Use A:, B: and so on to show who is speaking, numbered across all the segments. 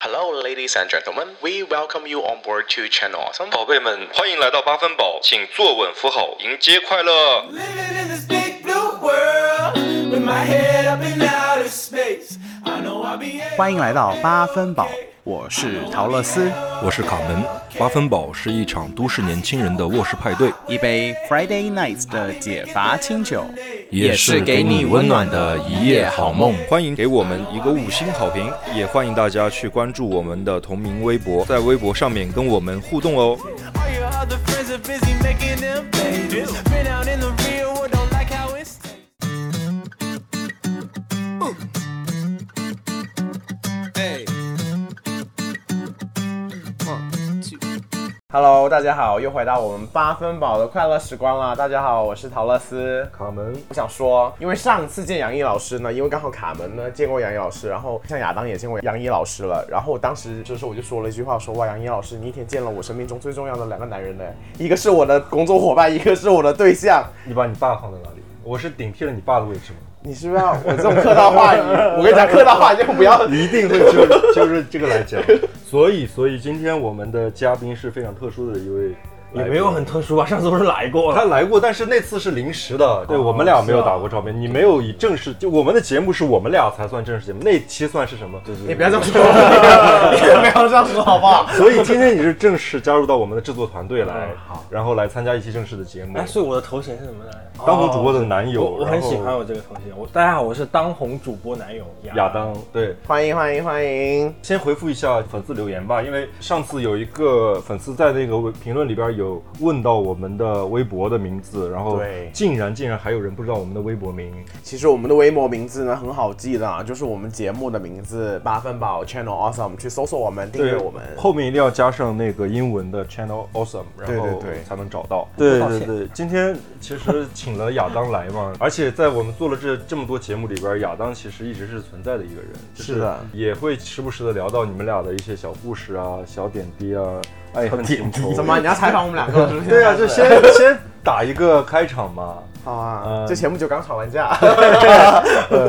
A: Hello, ladies and gentlemen. We welcome you on board to Channel Awesome.
B: 宝贝们，欢迎来到八分饱，请坐稳扶好，迎接快乐。
C: Living in this big blue world with my head up in outer space. I know I'll be
D: 欢迎来到八分饱，我是陶乐斯。
E: 我是卡门。八分饱是一场都市年轻人的卧室派对，
D: 一杯 Friday Nights 的解乏清酒，
E: 也是给你温暖的一夜好梦。
B: 欢迎给我们一个五星好评，也欢迎大家去关注我们的同名微博，在微博上面跟我们互动哦。
C: All your other friends are busy making them babies. Been out in the real world, don't like how it's. tastes.
D: 哈喽，大家好，又回到我们八分饱的快乐时光啦！大家好，我是陶乐斯。
B: 卡门，
D: 我想说，因为上次见杨毅老师呢，因为刚好卡门呢见过杨毅老师，然后像亚当也见过杨毅老师了，然后我当时就是我就说了一句话，说哇，杨毅老师，你一天见了我生命中最重要的两个男人呢，一个是我的工作伙伴，一个是我的对象。
F: 你把你爸放在哪里？我是顶替了你爸的位置吗？
D: 你是不是要我这种客套话语？我跟你讲，客套话语就不 要
F: 一定会就就是这个来讲。所以，所以今天我们的嘉宾是非常特殊的一位，也没有很特殊吧？上次不是来过他来过，但是那次是临时的。对我们俩没有打过照面，你没有以正式，就我们的节目是我们俩才算正式节目，那期算是什么？对对
D: 你不要这么说，你不要这样说好不好？
F: 所以今天你是正式加入到我们的制作团队来，然后来参加一期正式的节目
G: 哎，。所以我的头衔是什么来着？
F: 当红主播的男友，
G: 我哦我很
F: 然后
G: 喜欢啊我这个头衔。我大家好，我是当红主播男友
F: 亚。 当，对，
D: 欢迎欢迎欢迎！
F: 先回复一下粉丝留言吧，因为上次有一个粉丝在那个评论里边有问到我们的微博的名字，然后
D: 对
F: 竟然竟然还有人不知道我们的微博名，
D: 其实我们的微博名字呢很好记的啊，就是我们节目的名字八分饱 Channel Awesome，去搜索我们，订阅 我们。
F: 后面一定要加上那个英文的 Channel Awesome，然后
D: 对对对
F: 才能找到。对
G: 抱
F: 对
G: 歉
F: 对，今天其实请了亚当来 嘛，而且在我们做了这这么多节目里边，亚当其实一直是存在的一个人，就是
D: 的
F: 也会时不时的聊到你们俩的一些小故事啊、小点滴啊、爱恨情仇。
D: 怎么你要采访我们两 个了？是不是
F: 对啊，就先先打一个开场嘛。
D: 好啊！
F: 嗯
D: 这节目就刚吵完 架，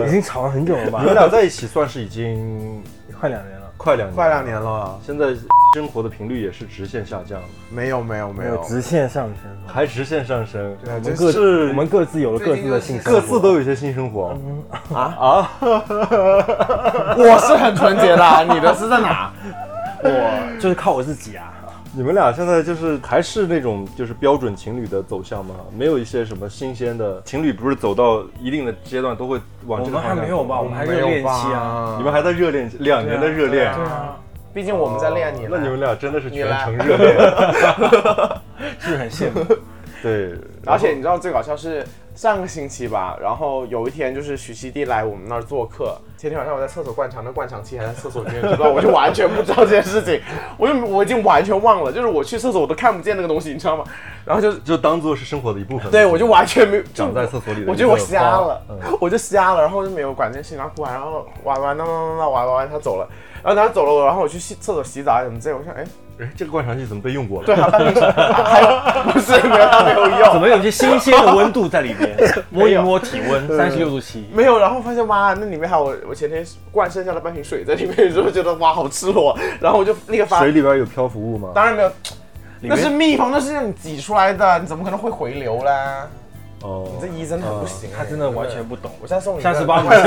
G: 已经吵了很久了吧
F: 你？们俩在一起算是已经
G: 快两年了，
F: 快两年，
D: 快两年。了，
F: 现在生活的频率也是直线下降，
D: 没有没有没
G: 没有
D: 有，
G: 直线上升。
F: 还直线上升。
D: 对啊
G: 我们
D: 就
G: 各
D: 是
G: 我们各自有了各自的性生活
F: 各自都有一些新生活，
D: 我是很纯洁的啊，你的是在哪？
G: 我就是靠我自己啊。
F: 你们俩现在就是还是那种就是标准情侣的走向吗？没有一些什么新鲜的情侣，不是走到一定的阶段都会往
G: 我
F: 这个方
G: 们
F: 向
G: 还
F: 走
G: 没有吧？我们还是
D: 没有
G: 练期啊。
D: 吧？
F: 你们还在热恋，两年的热恋，
G: 对啊，
D: 毕竟我们在练你了，
F: 那你们俩真的是
D: 你
F: 全
D: 来
F: 程热恋，
G: 是不是很羡慕。
F: 对，
D: 而且你知道最搞笑是上个星期吧，然后有一天就是许熙娣来我们那儿做客，前天晚上我在厕所灌肠，那灌肠期还在厕所里面，你知道，我就完全不知道这件事情， 我就我已经完全忘了，就是我去厕所我都看不见那个东西，你知道吗？
F: 嗯
D: 然后就是
F: 就当做是生活的一部分。
D: 对我就完全没有
F: 长在厕所里的一个嗯
D: 我觉得我瞎了
F: 花，
D: 我就瞎了，然后就没有管这件事情，然后哭完，然后玩玩闹闹闹闹玩玩玩，他走了，然后他走了，然后我去洗厕所洗澡什么之类，我想哎，
F: 哎，这个灌肠器怎么被用过了？
D: 对，啊他 办公室还有不是没有他没有用，
G: 怎么有一些新鲜的温度在里面？摸一摸体温，三十六 度七。
D: 没有，然后发现哇，那里面还有我我前天灌剩下的半瓶水在里面，之后觉得哇好赤裸，然后我就那个发
F: 水，里边有漂浮物吗？
D: 当然没有，
G: 里
D: 那是
G: 面
D: 密封，那是让你挤出来的，你怎么可能会回流呢？
F: 哦，
D: 你这医真的很不行、
G: 啊
D: 哎
G: 他真的完全，不懂。
D: 我现在送你一个
G: 下次 帮我们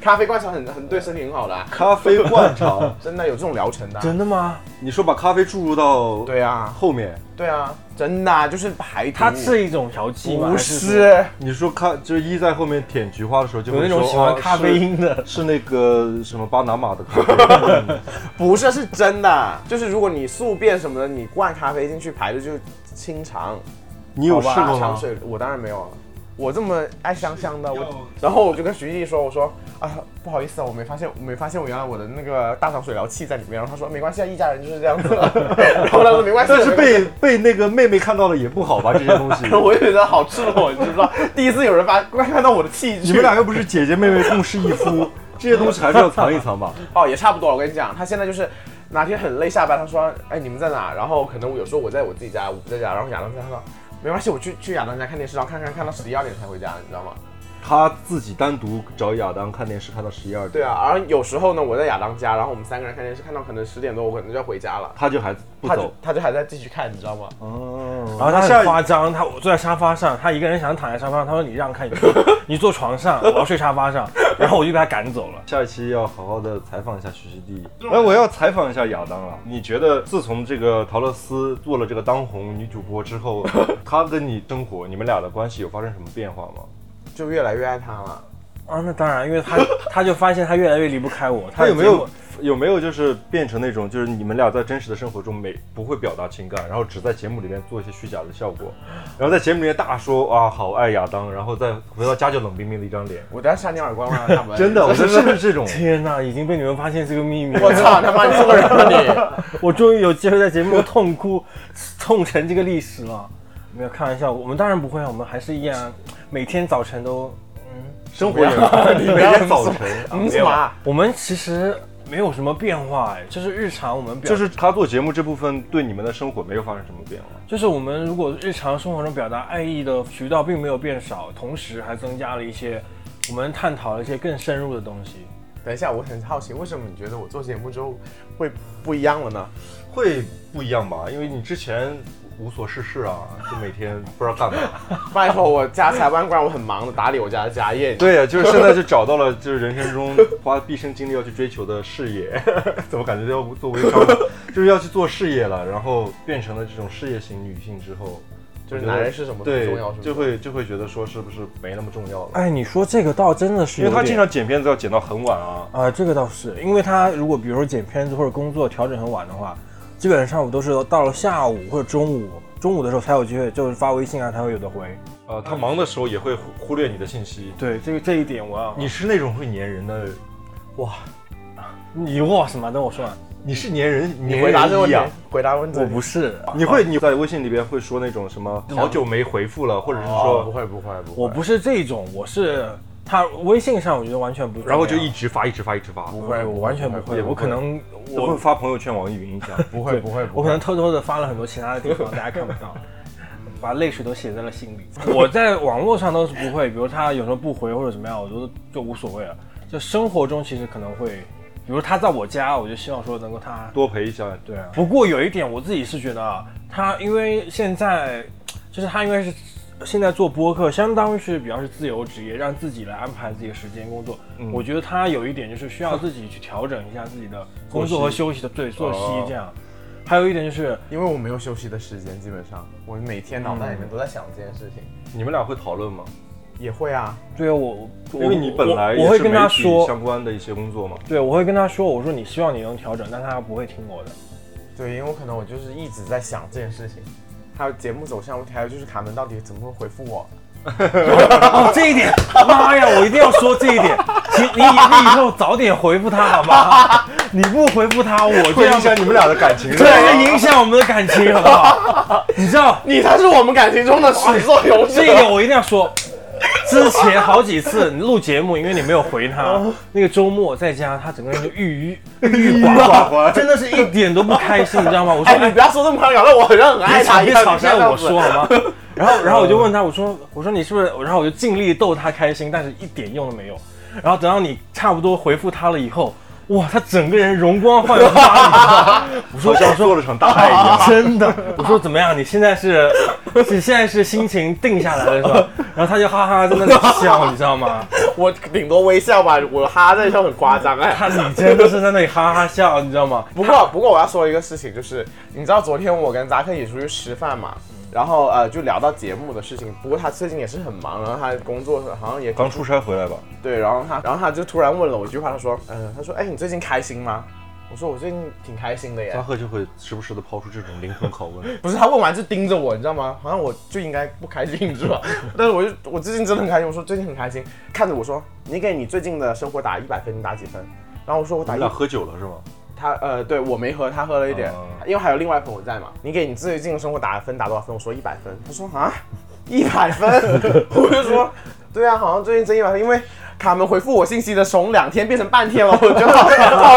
D: 咖啡灌肠很很对身体很好的啊、
F: 咖 啡灌肠，
D: 真的有这种疗程的啊、
G: 真的吗？
F: 你说把咖啡注入到
D: 对啊，
F: 后面，
D: 对啊，真的啊、就是排毒，
G: 它是一种调剂吗？
D: 不
G: 还说
D: 是
F: 你说咖就是一在后面舔菊花的时候就
G: 有
F: 会
G: 那
F: 说
G: 种喜欢
F: 哦
G: 咖啡因的。
F: 是是那个什么巴拿马的咖 啡，嗯
D: 不是是真的，就是如果你宿便什么的，你灌咖啡进去排的就清肠。
F: 你有试
D: 大
F: 过
D: 肠
F: 吗？
D: 水，我当然没有啊。我这么爱香香的，我然后我就跟徐艺说，我说啊，不好意思啊，我没发现，我没发现我原来我的那个大肠水疗器在里面。然后他说没关系啊，一家人就是这样子。 然后他说没关系，
F: 但是
D: 没关系
F: 被被那个妹妹看到了也不好吧？这些东西，
D: 我就觉得好赤裸，你知不知道？第一次有人发看到我的器具，
F: 你们俩又不是姐姐妹妹共侍一夫，这些东西还是要藏一藏吧。
D: 哦，也差不多了。我跟你讲，他现在就是哪天很累，下班他说：“哎，你们在哪？”然后可能我有时候我在我自己家，我不在家，然后亚当在，他说：“没关系，我去去亚当家看电视，然后看看看到十一二点才回家，你知道吗？”
F: 他自己单独找亚当看电视看到十一二点，
D: 对啊，而有时候呢，我在亚当家，然后我们三个人看电视，看到可能十点多，我可能就要回家了，
F: 他就还不
D: 他
F: 走
D: 就。他就还在继续看，你知道吗？
G: 然后
F: 他
G: 他
F: 哦下一
G: 很夸张，他我坐在沙发上，他一个人想躺在沙发上，他说你让开，你坐你坐床上，我要睡沙发上，然后我就被他赶走了。
F: 下一期要好好的采访一下徐熙娣。哎，我要采访一下亚当了。你觉得自从这个陶乐斯做了这个当红女主播之 后，她跟你生活，你们俩的关系有发生什么变化吗？
D: 就越来越爱他了。
G: 啊，那当然，因为他他就发现他越来越离不开我，
F: 她
G: 他
F: 有
G: 的
F: 没
G: 节目
F: 有有没有就是变成那种就是你们俩在真实的生活中没不会表达情感，然后只在节目里面做一些虚假的效 果，然后在节目里面大说啊好爱亚当，然后再回到家就冷冰冰的一张脸。
D: 我等下扇你耳光了，大 门。
F: 真的，我说是 不是这种？
G: 天哪，已经被你们发现这个秘密了。
D: 我操他妈，你是个人吗
G: 我终于有机会在节目中痛哭，痛成这个历史了。没有开玩笑，我们当然不会啊，我们还是依然每天早晨都，
F: 生活也 你每天早晨，
D: 你？你什么啊？
G: 我们其实没有什么变化哎，就是日常我们表
F: 就是他做节目这部分对你们的生活没有发生什么变化。
G: 就是我们如果日常生活中表达爱意的渠道并没有变少，同时还增加了一些我们探讨了一些更深入的东西。
D: 等一下，我很好奇，为什么你觉得我做节目之后会不一样了呢？
F: 会不一样吧？因为你之前无所事事啊，就每天不知道干嘛。
D: 拜托，我家财万贯，我很忙的，打理我家的家业。
F: 对呀、就是现在就找到了，就是人生中花毕生精力要去追求的事业。 怎么感觉要做微商 了？就是要去做事业了，然后变成了这种事业型女性之后，
D: 就是
F: 我觉得
D: 男人是什么
F: 对
D: 重要是吗
F: 就会就会觉得说是不是没那么重要了？
G: 哎，你说这个倒真的是
F: 因为他经
G: 啊、
F: 常剪片子要剪到很晚啊。
G: 这个倒是，因为他如果比如说剪片子或者工作调整很晚的话，基本上我都是到了下午或者中午，中午的时候才有机会，就是发微信啊才会有的回。
F: 呃，他忙的时候也会忽忽略你的信息。
G: 对，这个这一点我要
F: 你是那种会粘人的，
G: 你你问我什么？等我说完。
F: 你是粘人，
D: 你
F: 粘
D: 回答
F: 人
D: 这个问
F: 一
D: 题
F: 样。，
D: 回答问题。
G: 我不是，
F: 你会你啊在微信里边会说那种什么好久没回复了，或者是
D: 哦，
F: 说，
D: 不会不会不会，
G: 我不是这种，我是他微信上我觉得完全不重要，
F: 然后就一直发一直发一直发，
G: 不会，我完嗯全不会，
F: 也不
G: 我
F: 会
G: 可能
F: 我会
G: 我
F: 发朋友圈、网易云一下。
D: 不会不会
G: 我
D: 不
G: 可
D: 会
G: 能。偷偷的发了很多其他的地 方，大家看不到。把泪水都写在了心里。 我在网络上都是不会，比如他有时候不回或者怎么样，我都就无所谓了。就生活中其实可能会，比如他在我家，我就希望说能够他
F: 多陪一下，
G: 对啊，不过有一点我自己是觉得啊，他因为现在就是他因为是现在做播客，相当于是比较是自由职业，让自己来安排自己的时间工作。
F: 嗯
G: 我觉得他有一点就是需要自己去调整一下自己的工作和休息的对作息这
F: 哦
G: 样。还有一点就是，
D: 因为我没有休息的时间，基本上我每天脑袋里面都在想这件事情。
F: 你们俩会讨论吗？
D: 也会啊，
G: 对啊我我
F: 因为你本来
G: 我
F: 也
G: 我会
F: 是
G: 跟他
F: 媒体
G: 说，
F: 相关的一些工作嘛。
G: 对我会跟他说，我说你希望你能调整，但他不会听我的。
D: 对，因为我可能我就是一直在想这件事情，还有节目走向，还有就是卡门到底怎么会回复我？
G: 哦，这一点，妈呀，我一定要说这一点。请你你以后早点回复他好不好？你不回复他，我这
F: 会
G: 样
F: 影响你们俩的感情，是吧
G: 这是影响我们的感情好不好？ 你知道哎
D: 你才是我们感情中的始作俑
G: 这一点，我一定要说。之前好几次你录节目，因为你没有回他，那个周末在家，他整个人就郁郁郁郁寡欢，真的是一点都不开心，你知道吗？我说，
D: 哎，你
G: 哎
D: 不， 要说这么夸张，我好像很爱
G: 别
D: 他
G: 吵，
D: 一样。嗯你不要
G: 别吵，现
D: 这
G: 在
D: 样
G: 我
D: 子
G: 说好 吗？然后，然后我就问他，我说，我说你是不是？然后我就尽力逗他开心，但是一点用都没有。然后等到你差不多回复他了以后，哇，他整个人容光焕发你知道吗， 我说
F: 好像做了场大爱一
D: 哎
F: 样。
G: 真的。我说怎么样？你现在是，你现在是心情定下来了是吧？然后他就哈哈在那里笑，你知道吗？
D: 我顶多微笑吧，我哈在笑很夸张哎。
G: 他你真的是在那里哈哈笑，你知道吗？
D: 不过不过我要说一个事情，就是你知道昨天我跟扎克一起出去吃饭嘛，然后呃就聊到节目的事情。不过他最近也是很忙，然后他工作好像也
F: 刚出差回来吧，
D: 对，然后他然后他就突然问了我一句话，他说，呃，他说，哎，你最近开心吗？我说我最近挺开心的耶
F: 扎。赫就会时不时的抛出这种灵魂拷问。
D: 不是他问完就盯着我，你知道吗？好像我就应该不开心，你知道吗？但是我就我最近真的很开心，我说最近很开心，看着我说你给你最近的生活打一百分，你打几分？然后我说我
F: 你
D: 打
F: 们
D: 一
F: 俩，喝酒了是吗？
D: 他呃对我没喝，他喝了一点，
F: 哦
D: 因为还有另外一朋友在嘛。你给你最近的生活打分打多少分？我说一百分，他说啊一百分，我就说。对啊，好像最近争议吧，因为卡门回复我信息的从两天变成半天了，我觉得好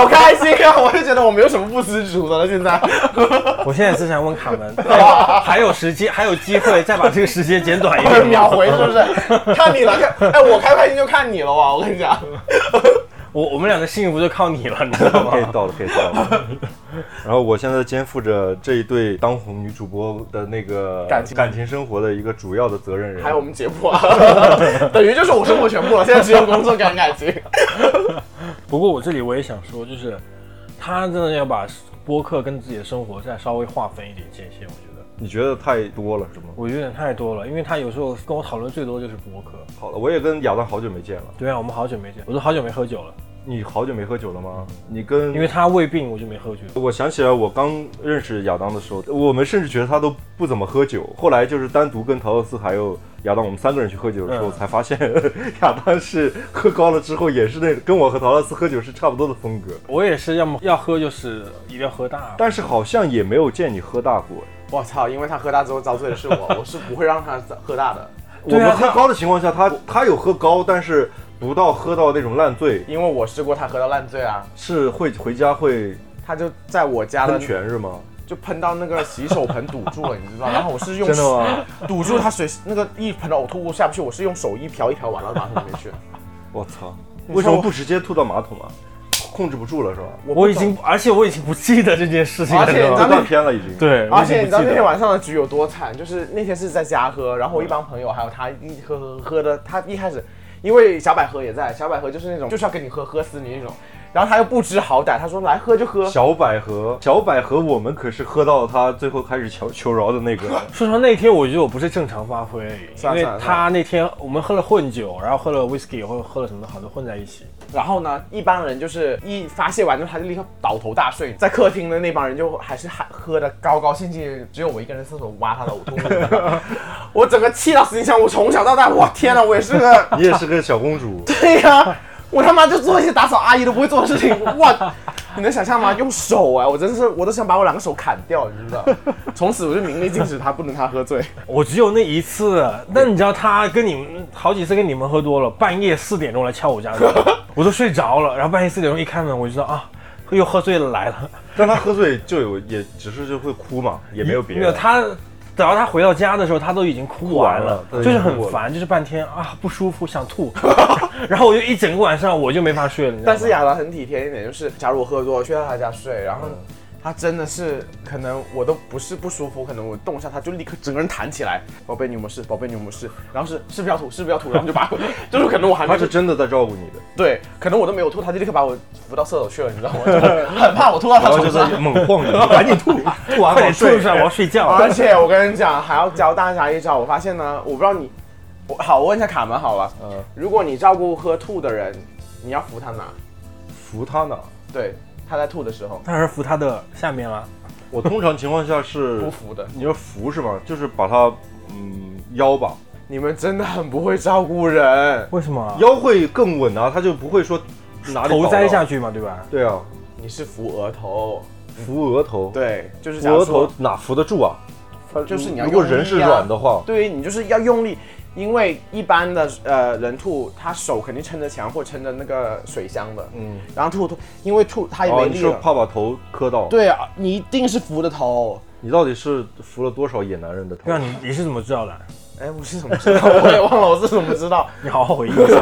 D: 好开心啊！我就觉得我没有什么不知足的了，现在。
G: 我现在只想问卡门，哎还有时间，还有机会再把这个时间 减短一点吗
D: 秒回是不 是？看你了，看，哎，我开不开心就看你了哇！我跟你 讲，
G: 我我们俩的幸福就靠你了，你知道吗？
F: 黑到了，黑到了。然后我现在肩负着这一对当红女主播的那个
D: 感情
F: 感情生活的一个主要的责任人。
D: 还有我们节目啊， 等于就是我生活全部了，现在只有工作跟感情。
G: 不过我这里我也想说，就是他真的要把播客跟自己的生活再稍微划分一点界限，我觉得
F: 你觉得太多了是吗？
G: 我有点太多了，因为他有时候跟我讨论最多就是播客。
F: 好了，我也跟亚当好久没见了。
G: 对啊，我们好久没见，我都好久没喝酒了，
F: 你好久没喝酒了吗？你跟
G: 嗯因为他胃病，我就没喝酒。
F: 我想起来，我刚认识亚当的时候，我们甚至觉得他都不怎么喝酒。后来就是单独跟陶乐斯还有亚当，我们三个人去喝酒的时候，
G: 嗯
F: 才发现亚当是喝高了之后也是那跟我和陶乐斯喝酒是差不多的风格。
G: 我也是，要么要喝就是一定要喝大，
F: 但是好像也没有见你喝大过。
D: 我操！因为他喝大之后遭罪的是 我，我是不会让他喝大的，
F: 我
G: 对啊
F: 们喝高的情况下，他他有喝高，但是不到喝到那种烂醉，
D: 因为我试过他喝到烂醉啊，
F: 是会回家会
D: 他就在我家的
F: 喷泉是吗？
D: 就喷到那个洗手盆堵住了，你知道吗？然后我是 用
F: 真的吗？
D: 堵住他水那个一盆的呕吐物下不去，我是用手一瓢一瓢往到马桶里面去。
F: 我操！
D: 说
F: 为什么不直接吐到马桶啊？控制不住了是吧？
D: 我不
G: 我已
D: 懂
G: 经，而且我已经不记得这件事情了。
D: 而且你知
F: 喝
D: 道那
F: 断片了已经。
G: 对，我
D: 而
G: 已
D: 且
G: 经
D: 你知
G: 不记
D: 道那
G: 得
D: 天
G: 了。嗯
D: 晚上的局有多惨？就是那天是在家喝，然后我一帮朋友还有他一喝喝喝的，他一开始因为小百合也在，小百合就是那种就是要跟你喝喝死你那种，然后他又不知好歹，他说来喝就喝，
F: 小百合，小百合，我们可是喝到他最后开始求求饶的那个。
G: 说实话，那天我觉得我不是正常发挥，因
D: 算了
G: 为
D: 算了
G: 他那天我们喝了混酒，然后喝了 whisky，或者喝了什么的，好多混在一起。
D: 然后呢，一帮人就是一发泄完之后，他就立刻倒头大睡。在客厅的那帮人就还是还喝的高高兴兴，只有我一个人在厕所挖他的呕吐物。 我整个气到死你想，我从小到大，我天呐，我也是个，
F: 你也是个小公主
D: 对呀、我他妈就做一些打扫阿姨都不会做的事情， 哇！你能想象吗？用手啊，我真是，我都想把我两个手砍掉，你知道？ 从此我就明令禁止他，不能他喝醉。
G: 我只有那一次，但你知道他跟你们好几次跟你们喝多了，半夜四点钟来敲我家 门，我都睡着了，然后半夜四点钟一开门，我就知道啊，又喝醉了来了。
F: 但她喝醉就有，也只是就会哭嘛，也没有别
G: 没有
F: 的。
G: 他，等到他回到家的时候，他都已经哭完了，
F: 哭完了
G: 就是很烦，就是半天啊不舒服想 吐，然后我就一整个晚上我就没法睡了。你知道
D: 但
G: 吗
D: 是亚当很体贴一点，就是假如我喝多，我去到他家睡，然后他真的是可能我都不是不舒服，可能我动一下他就立刻整个人弹起来，宝贝你有没有事？宝贝你有没有事？然后是是不是要吐？是不是要吐？然后就把我，就是可能我还 没
F: 她是真的在照顾你的，
D: 对，可能我都没有吐，他就立刻把我扶到厕所去了，你知道吗？ 我就很怕我吐到他
F: 然后就
D: 头上
F: 在。猛晃你，赶紧吐，吐完
G: 快
F: 好
G: 点
F: 睡哎
G: 吐。上，我要睡觉。
D: 而且我跟你讲，还要教大家一招。我发现呢，我不知道你，我好，我问一下卡门好了。
F: 嗯
D: 如果你照顾喝吐的人，你要扶他拿。
F: 扶她呢。
D: 对，他在吐的时候
G: 当然扶他的下面了，
F: 我通常情况下是
D: 不扶的。
F: 你说扶是吗？就是把她嗯腰吧，
D: 你们真的很不会照顾人。
G: 为什么？
F: 腰会更稳啊，她就不会说哪里
G: 头
F: 倒
G: 栽
F: 了
G: 下。去嘛，对吧？
F: 对啊，
D: 你是扶额头，
F: 扶额头，，
D: 对，就是
F: 扶
D: 假如
F: 额
D: 说
F: 头哪扶得住啊？
D: 就是你要
F: 如果
D: 用力
F: 人是
D: 啊
F: 软的话，
D: 对于你就是要用力，因为一般的呃人吐，他手肯定撑着墙或撑着那个水箱的，嗯，然后吐吐，因为吐他也
F: 哦，
D: 没
F: 你
D: 力
F: 说
D: 了。
F: 怕把头磕到，
D: 对啊，你一定是扶的头。
F: 你到底是服了多少野男人的头
G: 对？啊，你你是怎么知道的？
D: 哎，我是怎么知道？ 我也忘了我是怎么知道，
G: 你好好回忆一下。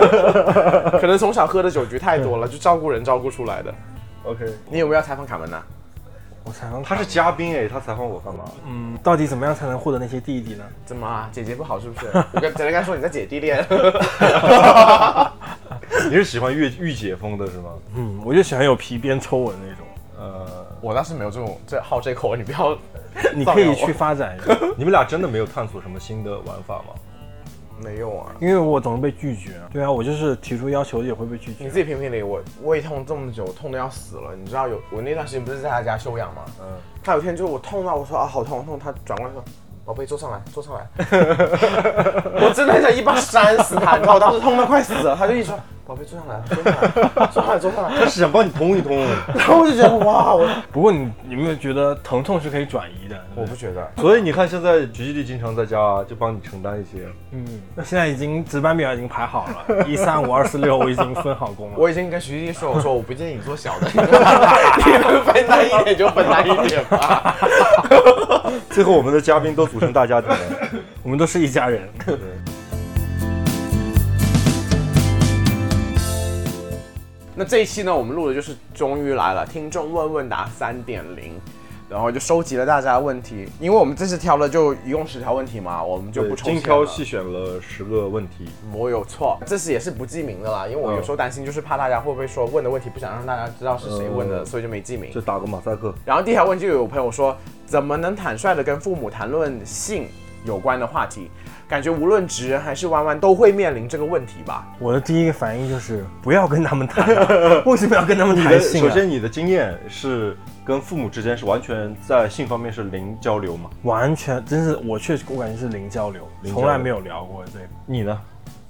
D: 可能从小喝的酒局太多了，就照顾人照顾出来的。
F: OK，
D: 你有没有要采访卡门呢？
G: 我采访
F: 哦他是嘉宾哎，他采访我干嘛？
G: 嗯，到底怎么样才能获得那些弟弟呢？
D: 怎么啊？姐姐不好是不是？我跟姐姐刚说你在姐弟 恋，
F: 你是喜欢御御姐风的是吗？
G: 嗯，我就喜欢有皮鞭抽我的那种。
F: 呃，
D: 我倒是没有这种这好这口，你不要
G: 你可以
D: 造谣
G: 去发展一下，
F: 你们俩真的没有探索什么新的玩法吗？
D: 没有啊。
G: 因为我总是被拒绝。对啊，我就是提出要求也会被拒
D: 你
G: 绝
D: 自。己评评理，我胃痛这么久，痛的要死了。你知道有我那段时间不是在他家休养吗？嗯，他有一天就是我痛到我说啊好痛好痛，他转过来说。宝贝，坐上来， 坐上来！我真的很想一巴扇死他，你知道，我当时痛到快死了。他就一直说：“宝贝坐上来，坐上来，坐上来，坐上来。
F: 他是想帮你通一 通。
D: 然后我就觉得哇，我
G: 不过你有没有觉得疼痛是可以转移的？对不
D: 我
G: 对
D: 不觉得，
F: 所以你看，现在徐基地经常在家就帮你承担一些。
G: 嗯，那现在已经值班表已经排好了，一三五二四六我已经分好工 了。
D: 我已经跟徐静说，我说我不建议你做小的， 你们分担一点就分担一点吧。
F: 最后，我们的嘉宾都组成大家庭了。
G: 我们都是一家人。
D: 那这一期呢，我们录的就是终于来了，听众问问答三点零。然后就收集了大家的问题，因为我们这次挑了就一共十条问题嘛，我们就不抽签
F: 精
D: 了
F: 挑细选了十个问题，
D: 我有错，这次也是不记名的啦，因为我有时候担心就是怕大家会不会说问的问题不想让大家知道是谁问的，
F: 嗯
D: 所以就没记名
F: 就。打个马赛克。
D: 然后第一条问就有朋友说，怎么能坦率的跟父母谈论性有关的话题？感觉无论直人还是弯弯都会面临这个问题吧。
G: 我的第一个反应就是不要跟他们谈啊、为什么要跟他们
F: 你
G: 谈
F: 的
G: 性、
F: 首
G: 啊？
F: 先，你的经验是跟父母之间是完全在性方面是零交流嘛？
G: 完全真是我确实我感觉是零交流，
F: 零交流
G: 从来没有聊过这个。
F: 你呢？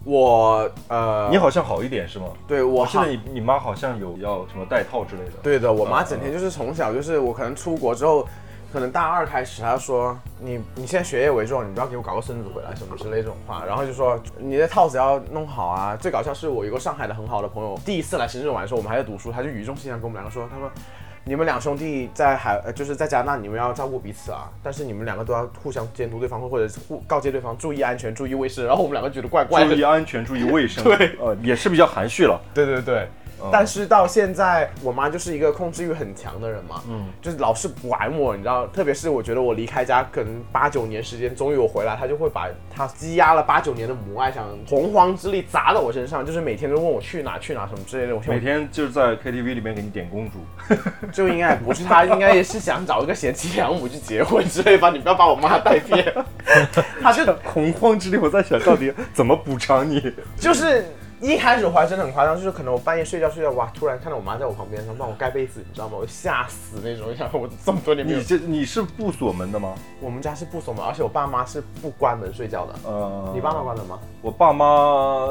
D: 我呃，
F: 你好像好一点是吗？
D: 对我
F: 我记
D: 好
F: 得。你你妈啊哦好像有要什么带套之类的。，
D: 对的，我妈整天就是从小就是我可能出国之后，可能大二开始，她就说你你现在学业为重，你不要给我搞个孙子回来什么之类这种话，然后就说你的套子要弄好啊。最搞笑是我有个上海的很好的朋友，第一次来深圳玩的时候，我们还在读书，他就语重心长跟我们两个说，他说。你们两兄弟在海，呃，就是在加拿大，你们要照顾彼此啊。但是你们两个都要互相监督对方，或者是互告诫对方注意安全、注意卫生。然后我们两个觉得怪怪的
F: 注，意安全，注意卫生。 对，呃，也是比较含蓄了。
D: 对对对。
F: 嗯
D: 但是到现在，我妈就是一个控制欲很强的人嘛，嗯，就是老是管我，你知道，特别是我觉得我离开家可能八九年时间，终于我回来，她就会把她积压了八九年的母爱，想洪荒之力砸到我身上，就是每天都问我去哪去哪什么之类的。我
F: 每
D: 想
F: 天就是在 KTV 里面给你点公 主，
D: 就应该不是她，应该也是想找一个贤妻良母去结婚之类吧，你不要把我妈带偏。 她就
F: 洪荒之力，我在想到底怎么补偿你？
D: 就是一开始我还真的很夸张，就是可能我半夜睡觉睡觉，哇，突然看到我妈在我旁边，想帮我盖被子，你知道吗？我吓死那种，我想我这么多年没 有
F: 你。这你是不锁门的吗？
D: 我们家是不锁门，而且我爸妈是不关门睡觉的。
F: 呃，
D: 你爸妈关门吗？
F: 我爸妈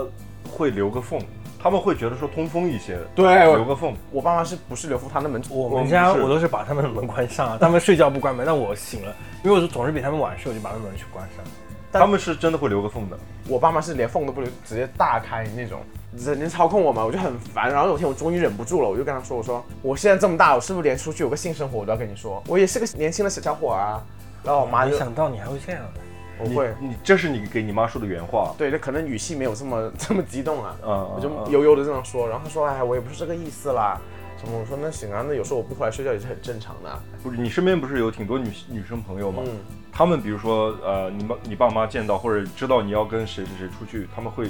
F: 会留个缝，他们会觉得说通风一些，
D: 对
F: 留个缝。
D: 我爸妈是不是留副他的门？
G: 我
F: 我
G: 们
F: 们
G: 家
F: 是
G: 我都是把他们的门关上啊，他们睡觉不关门，但我醒了，因为我总是比他们晚睡，我就把门去关上。
D: 但
F: 他们是真的会留个缝的。
D: 我爸妈是连缝都不留，直接大开那种，整天操控我嘛，我就很烦。然后有一天我终于忍不住了，我就跟他说：“我说我现在这么大，我是不是连出去有个性生活我都要跟你说？我也是个年轻的小小伙儿啊。”然后我妈
G: 没
D: 就
G: 想到哎你还会这样，
D: 我会，
F: 你这是你给你妈说的原话。
D: 对，那可能语气没有这么 这么激 动啊。
G: 哦
F: 嗯
D: 我就悠悠的这样说，然后他说：“哎，我也不是这个意思啦。”什么？我说那行啊，那有时候我不回来睡觉也是很正常的啊。
F: 不是你身边不是有挺多女女生朋友吗？
D: 嗯
F: 她们比如说呃，你妈你爸妈见到或者知道你要跟谁谁谁出去，他们会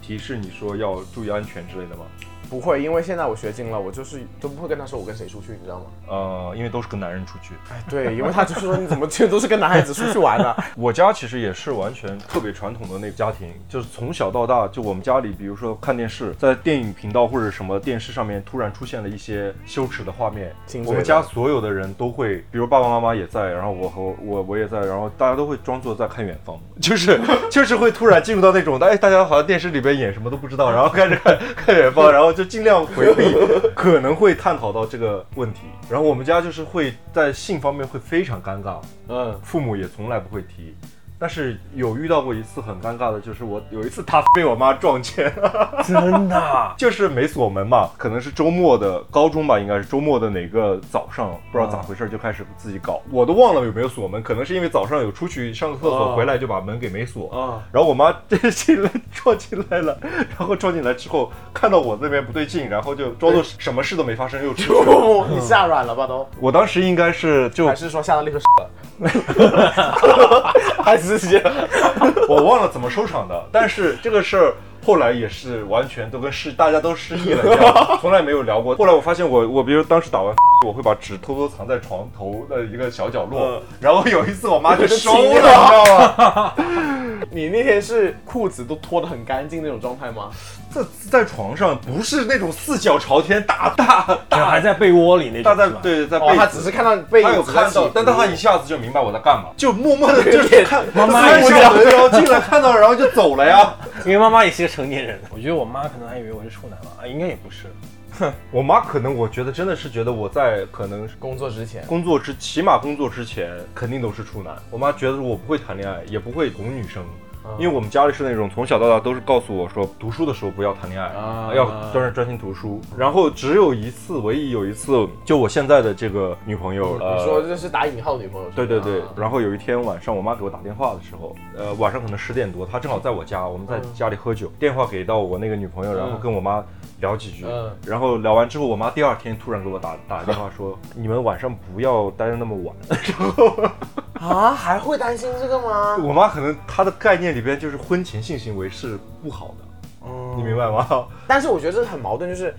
F: 提示你说要注意安全之类的吗？
D: 不会，因为现在我学精了，我就是都不会跟他说我跟谁出去，你知道吗？
F: 呃，因为都是跟男人出去。
D: 哎，对，因为他就是说你怎么去都是跟男孩子出去玩 啊。
F: 我家其实也是完全特别传统的那个家庭，就是从小到大，就我们家里，比如说看电视，在电影频道或者什么电视上面突然出现了一些羞耻的画面
D: 亲，嘴的
F: 我们家所有的人都会，比如爸爸妈妈也在，然后我和我我也在，然后大家都会装作在看远方， 就是就是会突然进入到那种，哎，大家好像电视里边演什么都不知道，然后开始看看远方，然后就尽量回避，可能会探讨到这个问题。然后我们家就是会在性方面会非常尴尬，
D: 嗯，
F: 父母也从来不会提。但是有遇到过一次很尴尬的，就是我有一次他被我妈撞见，，
G: 真 的啊
F: 就是没锁门嘛，可能是周末的高中吧，应该是周末的哪个早上，不知道咋回事就开始自己搞，我都忘了有没有锁门，可能是因为早上有出去上个厕所回来就把门给没锁，
D: 啊
F: 然后我妈这进来 撞进来了，然后撞进来之后看到我那边不对劲，然后就装作什么事都没发生又出去 了。
D: 你吓软了吧都？
F: 我当时应该是就
D: 还是说吓到那个 还是直接？
F: 我忘了怎么收场的，但是这个事儿后来也是完全都跟失，大家都失忆了一 样，从来没有聊过。后来我发现我我比如当时打完， 我会把纸偷偷藏在床嗯 头的一个小角落，然后有一次我妈就收了，你知道吗？
D: 你那天是裤子都脱得很干净那种状态吗？
F: 在在床上不是那种四脚朝天大大
G: 可能
F: 大
G: 还在被窝里那 种，
F: 大在
G: 是吧，
F: 对在
D: 哦，
F: 被
D: 他
F: 子
D: 只是看到被
F: 他有
D: 影子在
F: 看
D: 起
F: 到
D: 伏，
F: 但他 一下子就明白我在干嘛，嗯就默默的就是看
G: 妈妈
F: 关
G: 我
F: 上门，然后进来看到，然后就走了呀。
G: 因为妈妈也是个成年人。我觉得我妈可能还以为我是处男吧，啊，应该也不是。
F: 我妈可能我觉得真的是觉得我在可能
D: 工作之前，
F: 工作之起码工作之前肯定都是处男，我妈觉得我不会谈恋爱，也不会哄女生。
D: 啊
F: 因为我们家里是那种从小到大都是告诉我说，读书的时候不要谈恋爱，
D: 啊
F: 要专专心读书。然后只有一次，唯一有一次，就我现在的这个女朋友，呃
D: 你说这是打引号女朋友是吧？
F: 对对对
D: 啊，
F: 然后有一天晚上，我妈给我打电话的时候，呃，晚上可能十点多，她正好在我家，我们
G: 嗯
F: 在家里喝酒，电话给到我那个女朋友，然后跟我妈聊几句
D: 嗯，
F: 然后聊完之后，我妈第二天突然给我打打电话 说，你们晚上不要待得那么晚。然后
D: 啊，还会担心这个吗？
F: 我妈可能她的概念里边就是婚前性行为是不好的，
G: 嗯
F: 你明白吗？
D: 但是我觉得这很矛盾，就是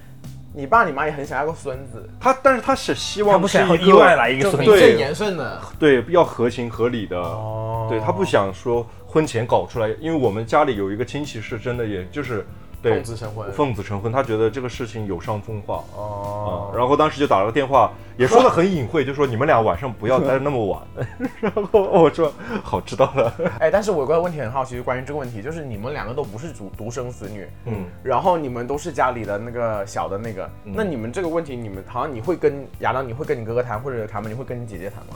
D: 你爸你妈也很想要个孙子，
F: 她但是她是希
G: 她
F: 望
G: 不想要
F: 是一个
G: 意外来一个
D: 就
G: 孙
D: 名
G: 子，
D: 正言顺的。
F: 对，要合情合理的。
D: 哦
F: 对他不想说婚前搞出来，因为我们家里有一个亲戚是真的，也就是对
D: 奉子成婚
F: 奉子成婚，他觉得这个事情有伤风化。
D: 哦
F: 啊、然后当时就打了个电话，也说的很隐晦，就说你们俩晚上不要待那么晚。 然后我说好，知道了。
D: 哎，但是我有个问题很好奇，就关于这个问题，就是你们两个都不是独独生子女，嗯，然后你们都是家里的那个小的那个，那你们这个问题，你们好像你会跟亚当，你会跟你哥哥谈，或者卡门，你会跟你姐姐谈吗？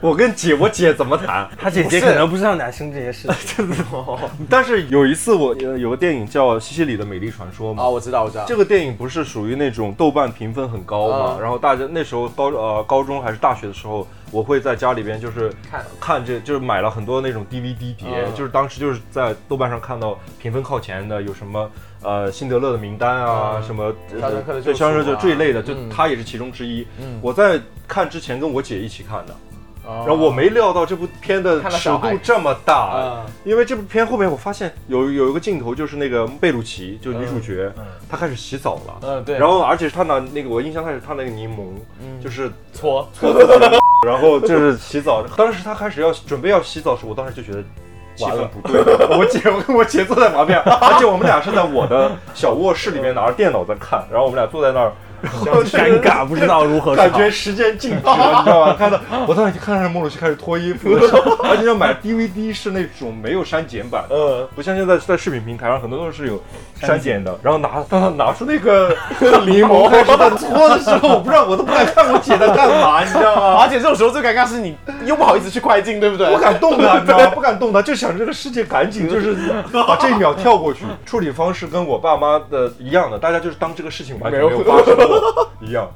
F: 我跟姐，我姐怎么谈？
G: 她姐姐
D: 不是
G: 可能不知道男生这些事情。
F: 但是有一次我呃有个电影叫《西西里的美丽传说》嘛，
D: 哦，我知道，我知道，
F: 这个电影不是属于那种豆瓣评分很高嘛？
D: 嗯
F: 然后大家那时候高呃高中还是大学的时候，我会在家里边就是
D: 看
F: 看这就是买了很多那种 DVD 碟，
D: 嗯
F: 就是当时就是在豆瓣上看到评分靠前的有什么呃辛德勒的名单啊，
D: 嗯
F: 什么
D: 肖申克
F: 对
D: 的救赎
F: 肖申克
D: 啊
F: 这一类的，就
D: 嗯
F: 它也是其中之一。
D: 嗯
F: 我在看之前跟我姐一起看的。
D: 然
F: 然后
D: 嗯
F: 我没料到这部片的
D: 看了
F: 尺
D: 小
F: 度
D: 孩
F: 这么大，
D: 嗯
F: 因为这部片后面我发现有有一个镜头就是那个贝鲁奇，就女主角，她开始洗澡了，
D: 嗯对
F: 然后而且她拿那个我印象她是她那个柠檬，就是
D: 搓
F: 搓 自己的，然后就是洗澡，当时她开始要准备要洗澡时，我当时就觉得。气氛不对， 我姐我跟我姐坐在旁 边，而且我们俩是在我的小卧室里面拿着电脑在看，然后我们俩坐在那儿，然后就是
G: 尴尬，不知道如何是好
F: 感觉时间静止了， 你知道吧？看到 我当时看上莫鲁西开始脱衣服的时 候，而且要买 DVD 是那种没有删减版的，
D: 嗯
F: 不像现在在视频平台上很多都是有删减的。然后拿他嗯 拿出那个柠 檬开始在搓的时候，我不知道我都不敢看我姐在干嘛，你知道吗？
D: 而且这种时候最尴尬是你又不好意思去快进，对不对？
F: 不敢动他，你知道 吗？不敢动他，就想这个世界赶紧 就是把这一秒跳过去。处理方式跟我爸妈的一样的，大家就是当这个事情完全没有发生 过一样。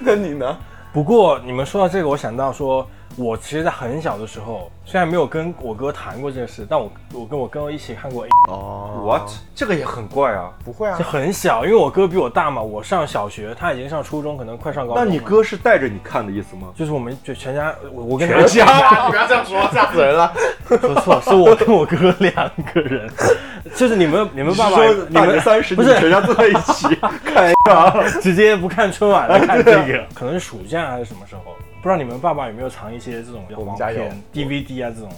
D: 那你呢？
G: 不过你们说到这个，我想到说，我其实，在很小的时候，虽然没有跟我哥谈过这个事，但我我跟我哥一起看过 A，
F: 哦 What？这个也很怪啊。
D: 不会啊
G: 就，很小，因为我哥比我大嘛，我上小学，他已经上初中，可能快上高中
F: 那
G: 了。
F: 你哥是带着你看的意思吗？
G: 就是我们就全家，我我跟他
F: 全 家
D: 不要这样说，吓死人了。
G: 说错，是我跟我哥两个人，就是你们你们爸爸
F: 你是说
G: 你
F: 大
G: 们
F: 年三十
G: 不
F: 你
G: 是
F: 们全家坐在一 起看一场？
G: 直接不看春晚了，看 这
F: 啊
G: 个，可能是暑假还是什么时候，不知道你们爸爸有没有藏一些这种
D: 我们
G: 黄
D: 家有
G: 片、DVD 啊这种，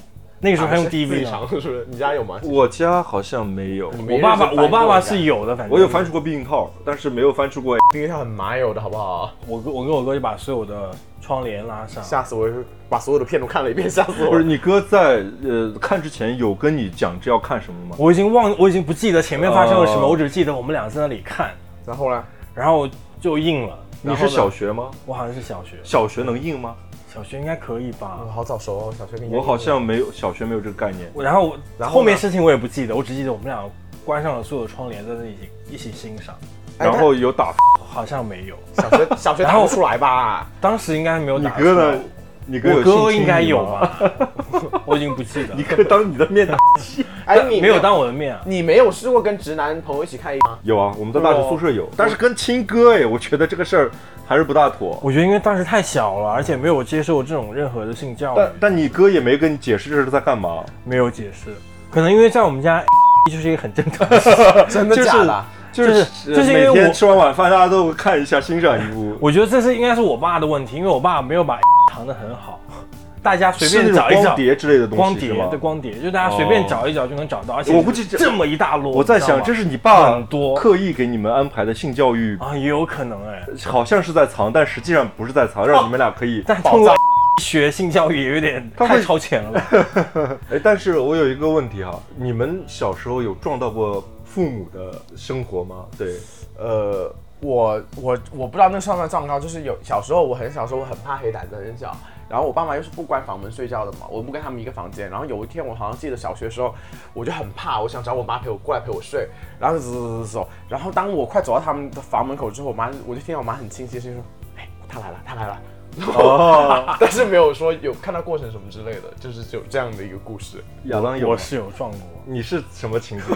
G: 那个时候还用 DVD 呢。
D: 是不是？你家有吗？
F: 我家好像没有，
G: 我爸爸，我爸爸是有的，反正
F: 我有翻出过避孕套，但是没有翻出过。
D: 因为他很麻友的好不好？
G: 我跟我跟我哥就把所有的窗帘拉上，
D: 吓死我！把所有的片都看了一遍，吓死我！
F: 不是你哥在呃看之前有跟你讲这要看什么吗？
G: 我已经忘，我已经不记得前面发生了什么，
F: 哦
G: 我只记得我们俩在那里看，
D: 然后呢？
G: 然后就硬了。
F: 你
G: 然后
F: 是
G: 呢
F: 小，学吗？
G: 我好像是小学，
F: 小学能硬吗？
G: 小学应该可以吧
D: 我？好早熟哦，小学跟你
F: 我好像没有，小学没有这个概念。
G: 我然后我
D: 然后呢
G: 后面事情我也不记得，我只记得我们俩关上了所有窗帘，在那里一起欣赏，
D: 哎
F: 然后有打，
G: 好像没有，
D: 小 学小学打不出来吧？
G: 当时应该没有
F: 你
G: 打。
F: 哥呢？？你哥有
G: 我哥
F: 性
G: 应该
F: 经历
G: 有
F: 吗？
G: 吧， 我已经不记得了
F: 你。哥当你的 面打
D: 哎，你
G: 没有当我的面啊？
D: 你没有试过跟直男朋友一起看一吗？
F: 有啊，我们在大学宿舍有，但是跟亲哥哎，我觉得这个事儿还是不大妥。
G: 我觉得因为当时太小了，而且没有接受这种任何的性教育
F: 但，但你哥也没跟你解释这是在干嘛，
G: 没有解释。可能因为在我们家， 就是一个很正 常的事。
D: 真的
F: 就是
D: 假的？
F: 就是
G: 就是就是因为
F: 每天
G: 我
F: 吃完晚饭大家都看一下，欣赏一部。
G: 我觉得这是应该是我爸的问题，因为我爸没有把藏得很好。大家随
F: 是
G: 便
F: 那种
G: 找一找
F: 光碟之类的东西
G: 光碟
F: 是吧哦
G: 对光碟，就大家随便找一找就能找到，而且
F: 我估计这
G: 这么一大摞，
F: 我在
G: 你知道
F: 想，
G: 吗
F: 这是你爸
G: 很多
F: 刻意给你们安排的性教育，
G: 啊，也有可能哎，
F: 好像是在藏，但实际上不是在藏，让你们俩可以
G: 哦但
F: 宝
G: 通
F: 藏
G: 过。 学性教育也有点
F: 他
G: 太
F: 会
G: 超前了。
F: 哎，但是我有一个问题哈，你们小时候有撞到过父母的生活吗？对，
D: 呃，我我我不知道那算不算藏高，就是有小时候我很小时候我很怕黑，胆子很小。然后我爸妈又是不关房门睡觉的嘛，我不跟他们一个房间。然后有一天我好像记得小学的时候，我就很怕，我想找我妈陪我过来陪我睡，然后就走走走走走。然后当我快走到他们的房门口之后，我妈我就听到我妈很清晰的声音说：“哎，他来了，他来了。”哦，但是没有说有看到过程什么之类的，就是有这样的一个故事。
F: 亚当有吗
G: 我是有撞过，
F: 你是什么情 景？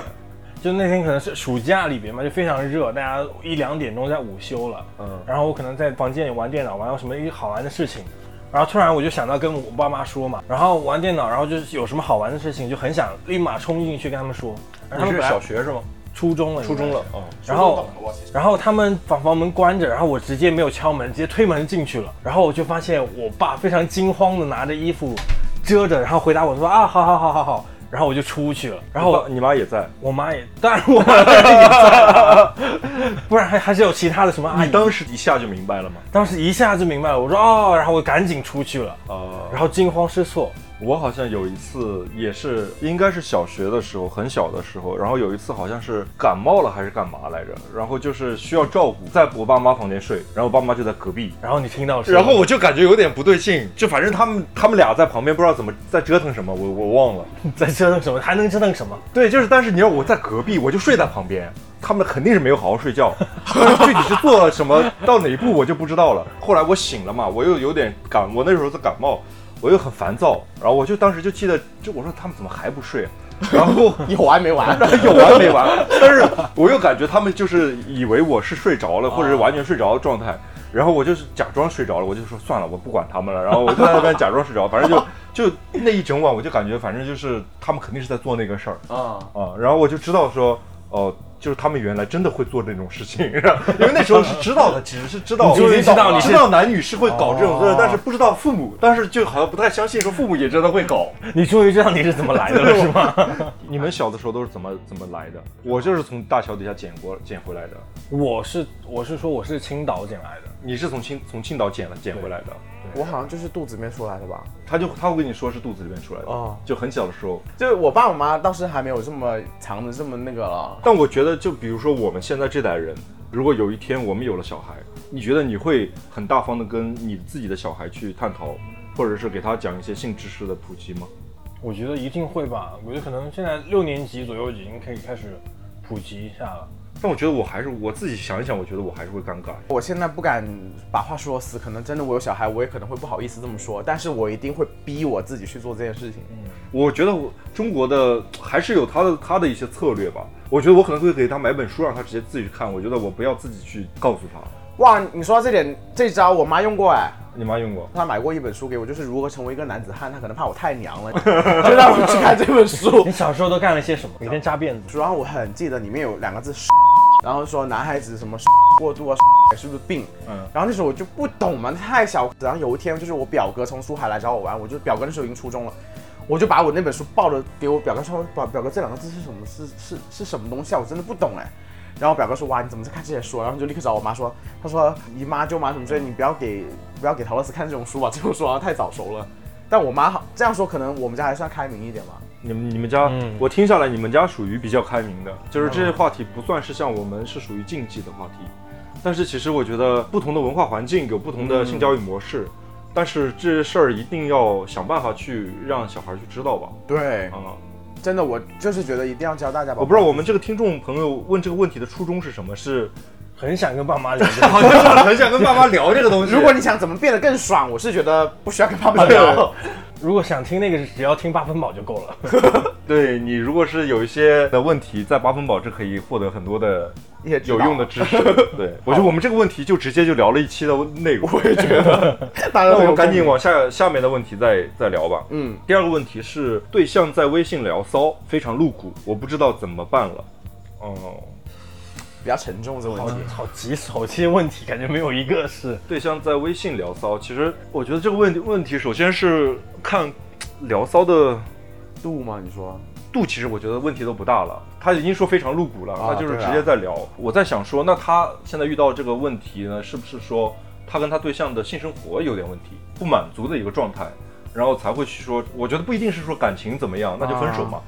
G: 就那天可能是暑假里边嘛，就非常热，大家一两点钟在午休了，嗯，然后我可能在房间里玩电脑，玩到什么一好玩的事情，然后突然我就想到跟我爸妈说嘛，然后玩电脑，然后就是有什么好玩的事情，就很想立马冲进去跟他们说。然后他们本来
F: 学是吗？
G: 初中了，初
F: 中了，哦，
G: 然后，然后他们把房门关着，然后我直接没有敲门，直接推门进去了。然后我就发现我爸非常惊慌的拿着衣服遮着，然后回答我说啊，好好好好好。然后我就出去了，然后
F: 你
G: 我
F: 爸你妈也在。
G: 我妈也，当然 我妈也在了，不然还还是有其他的什么阿姨。
F: 你当时一下就明白了吗？
G: 当时一下就明白了，我说哦，然后我赶紧出去了，哦
F: 呃，
G: 然后惊慌失措，
F: 我好像有一次也是，应该是小学的时候，很小的时候，然后有一次好像是感冒了还是干嘛来着，然后就是需要照顾，在我爸妈房间睡，然后我爸妈就在隔壁，
G: 然后你听到是，
F: 然后我就感觉有点不对劲，就反正他们他们俩在旁边不知道怎么在折腾什么，我我忘了。
G: 在折腾什么，还能折腾什么？
F: 对，就是但是你要我在隔壁，我就睡在旁边，他们肯定是没有好好睡觉， 但是具体是做了什么到哪一步我就不知道了。后来我醒了嘛，我又有点感，我那时候在感冒，我又很烦躁，然后我就当时就记得，就我说他们怎么还不睡啊，然后。
D: 有完没完？
F: 有完没完？ 但是我又感觉他们就是以为我是睡着
G: 啊
F: 了，或者是完全睡着的状态，然后我就是假装睡着了，我就说算了，我不管他们了，然后我就在那边假装睡着，反正就 就那一整晚，我就感觉反正就是他们肯定是在做那个事儿
D: 啊、
F: 啊，然后我就知道说哦。就是他们原来真的会做这种事情，然后因为那时候是知道的，只是知道，
G: 你就已经知道你是啊
F: 知道男女是会搞这种事，但是不知道父母，但是就好像不太相信说父母也真的会搞。
G: 你终于知道你是怎么来 的了，是吗？
F: 你们小的时候都是怎么怎么来的？我就是从大桥底下捡过捡回来的。
G: 我是我是说我是青岛捡来的，
F: 你是从青从青岛捡了捡回来的？
D: 我好像就是肚子里面出来的吧。
F: 他就他会跟你说是肚子里面出来的，
D: 哦
F: 就很小的时候。
D: 就是我爸我妈倒是还没有这么藏的这么那个了。
F: 但我觉得，就比如说我们现在这代人，如果有一天我们有了小孩，你觉得你会很大方的跟你自己的小孩去探讨，或者是给他讲一些性知识的普及吗？
G: 我觉得一定会吧，我觉得可能现在六年级左右已经可以开始普及一下了。
F: 但我觉得我还是我自己想一想，我觉得我还是会尴尬。
D: 我现在不敢把话说死，可能真的我有小孩，我也可能会不好意思这么说，但是我一定会逼我自己去做这件事情。
F: 我觉得我中国的还是有他的他的一些策略吧。我觉得我可能会给他买本书，让他直接自己去看。我觉得我不要自己去告诉他。
D: 哇，你说到这点，这招我妈用过哎，
F: 你妈用过？
D: 她买过一本书给我，就是如何成为一个男子汉，她可能怕我太娘了，就让我去看这本书
G: 你。小时候都干了些什么？每天扎辫子，
D: 主要我很记得里面有两个字，然后说男孩子什么过度啊，是不是病？嗯，然后那时候我就不懂嘛，太小。然后有一天就是我表哥从苏海来找我玩，我就表哥那时候已经初中了，我就把我那本书抱着给我表哥说，表表哥这两个字是什么？是是是什么东西啊？我真的不懂哎。然后我表哥说哇你怎么在看这些书啊？然后就立刻找我妈说，他说姨妈舅妈什么之类，你不要给不要给陶乐斯看这种书啊，这种书好像太早熟了。但我妈好这样说，可能我们家还算开明一点嘛。
F: 你们你们家，
D: 嗯
F: 我听下来你们家属于比较开明的，就是这些话题不算是像我们是属于禁忌的话题，但是其实我觉得不同的文化环境有不同的性教育模式，
D: 嗯
F: 但是这事儿一定要想办法去让小孩去知道吧。
D: 对
F: 啊、，
D: 嗯真的我就是觉得一定要教大家吧。
F: 我不知道我们这个听众朋友问这个问题的初衷是什么，是
G: 很想跟爸妈聊这 个。
F: 好像是很想跟爸妈聊这个东西。
D: 如果你想怎么变得更爽，我是觉得不需要跟 爸爸聊。
G: 如果想听那个，只要听八分饱就够了。
F: 对你如果是有一些的问题，在八分饱这可以获得很多的
D: 也知道
F: 有用的 知识。对，我觉得我们这个问题就直接就聊了一期的内容。我也觉得，
D: 大 家
F: 那
D: 都
F: 我
D: 有
F: 们赶紧往下下面的问题再再聊吧。
D: 嗯，
F: 第二个问题是对象在微信聊骚，非常露骨，我不知道怎么办了。哦、
D: 比较沉重这
G: 嗯
D: 个问题。
G: 好棘手，这些问题感觉没有一个是
F: 对象在微信聊骚，其实我觉得这个问题问题，首先是看聊骚的
D: 度吗？你说？
F: 度，其实我觉得问题都不大了。他已经说非常露骨了，他
D: 啊
F: 就是
D: 对
F: 直
D: 啊
F: 接在聊。我在想说，那他现在遇到这个问题呢，是不是说他跟他对象的性生活有点问题，不满足的一个状态，然后才会去说？我觉得不一定是说感情怎么样，那就分手
D: 啊
F: 嘛。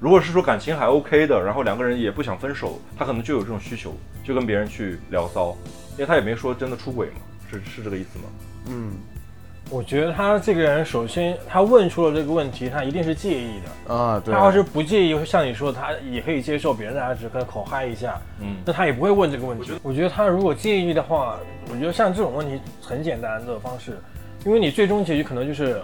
F: 如果是说感情还 OK 的，然后两个人也不想分手，他可能就有这种需求，就跟别人去聊骚，因为他也没说真的出轨嘛，是是这个意思吗？
D: 嗯
G: 我觉得他这个人，首先他问出了这个问题，他一定是介意的。
D: 啊，对。
G: 他要是不介意，像你说的，他也可以接受别人的暗指，可能口嗨一下，
F: 嗯
G: 那他也不会问这个问题。我觉得他如果介意的话，我觉得像这种问题很简单的方式，因为你最终结局可能就是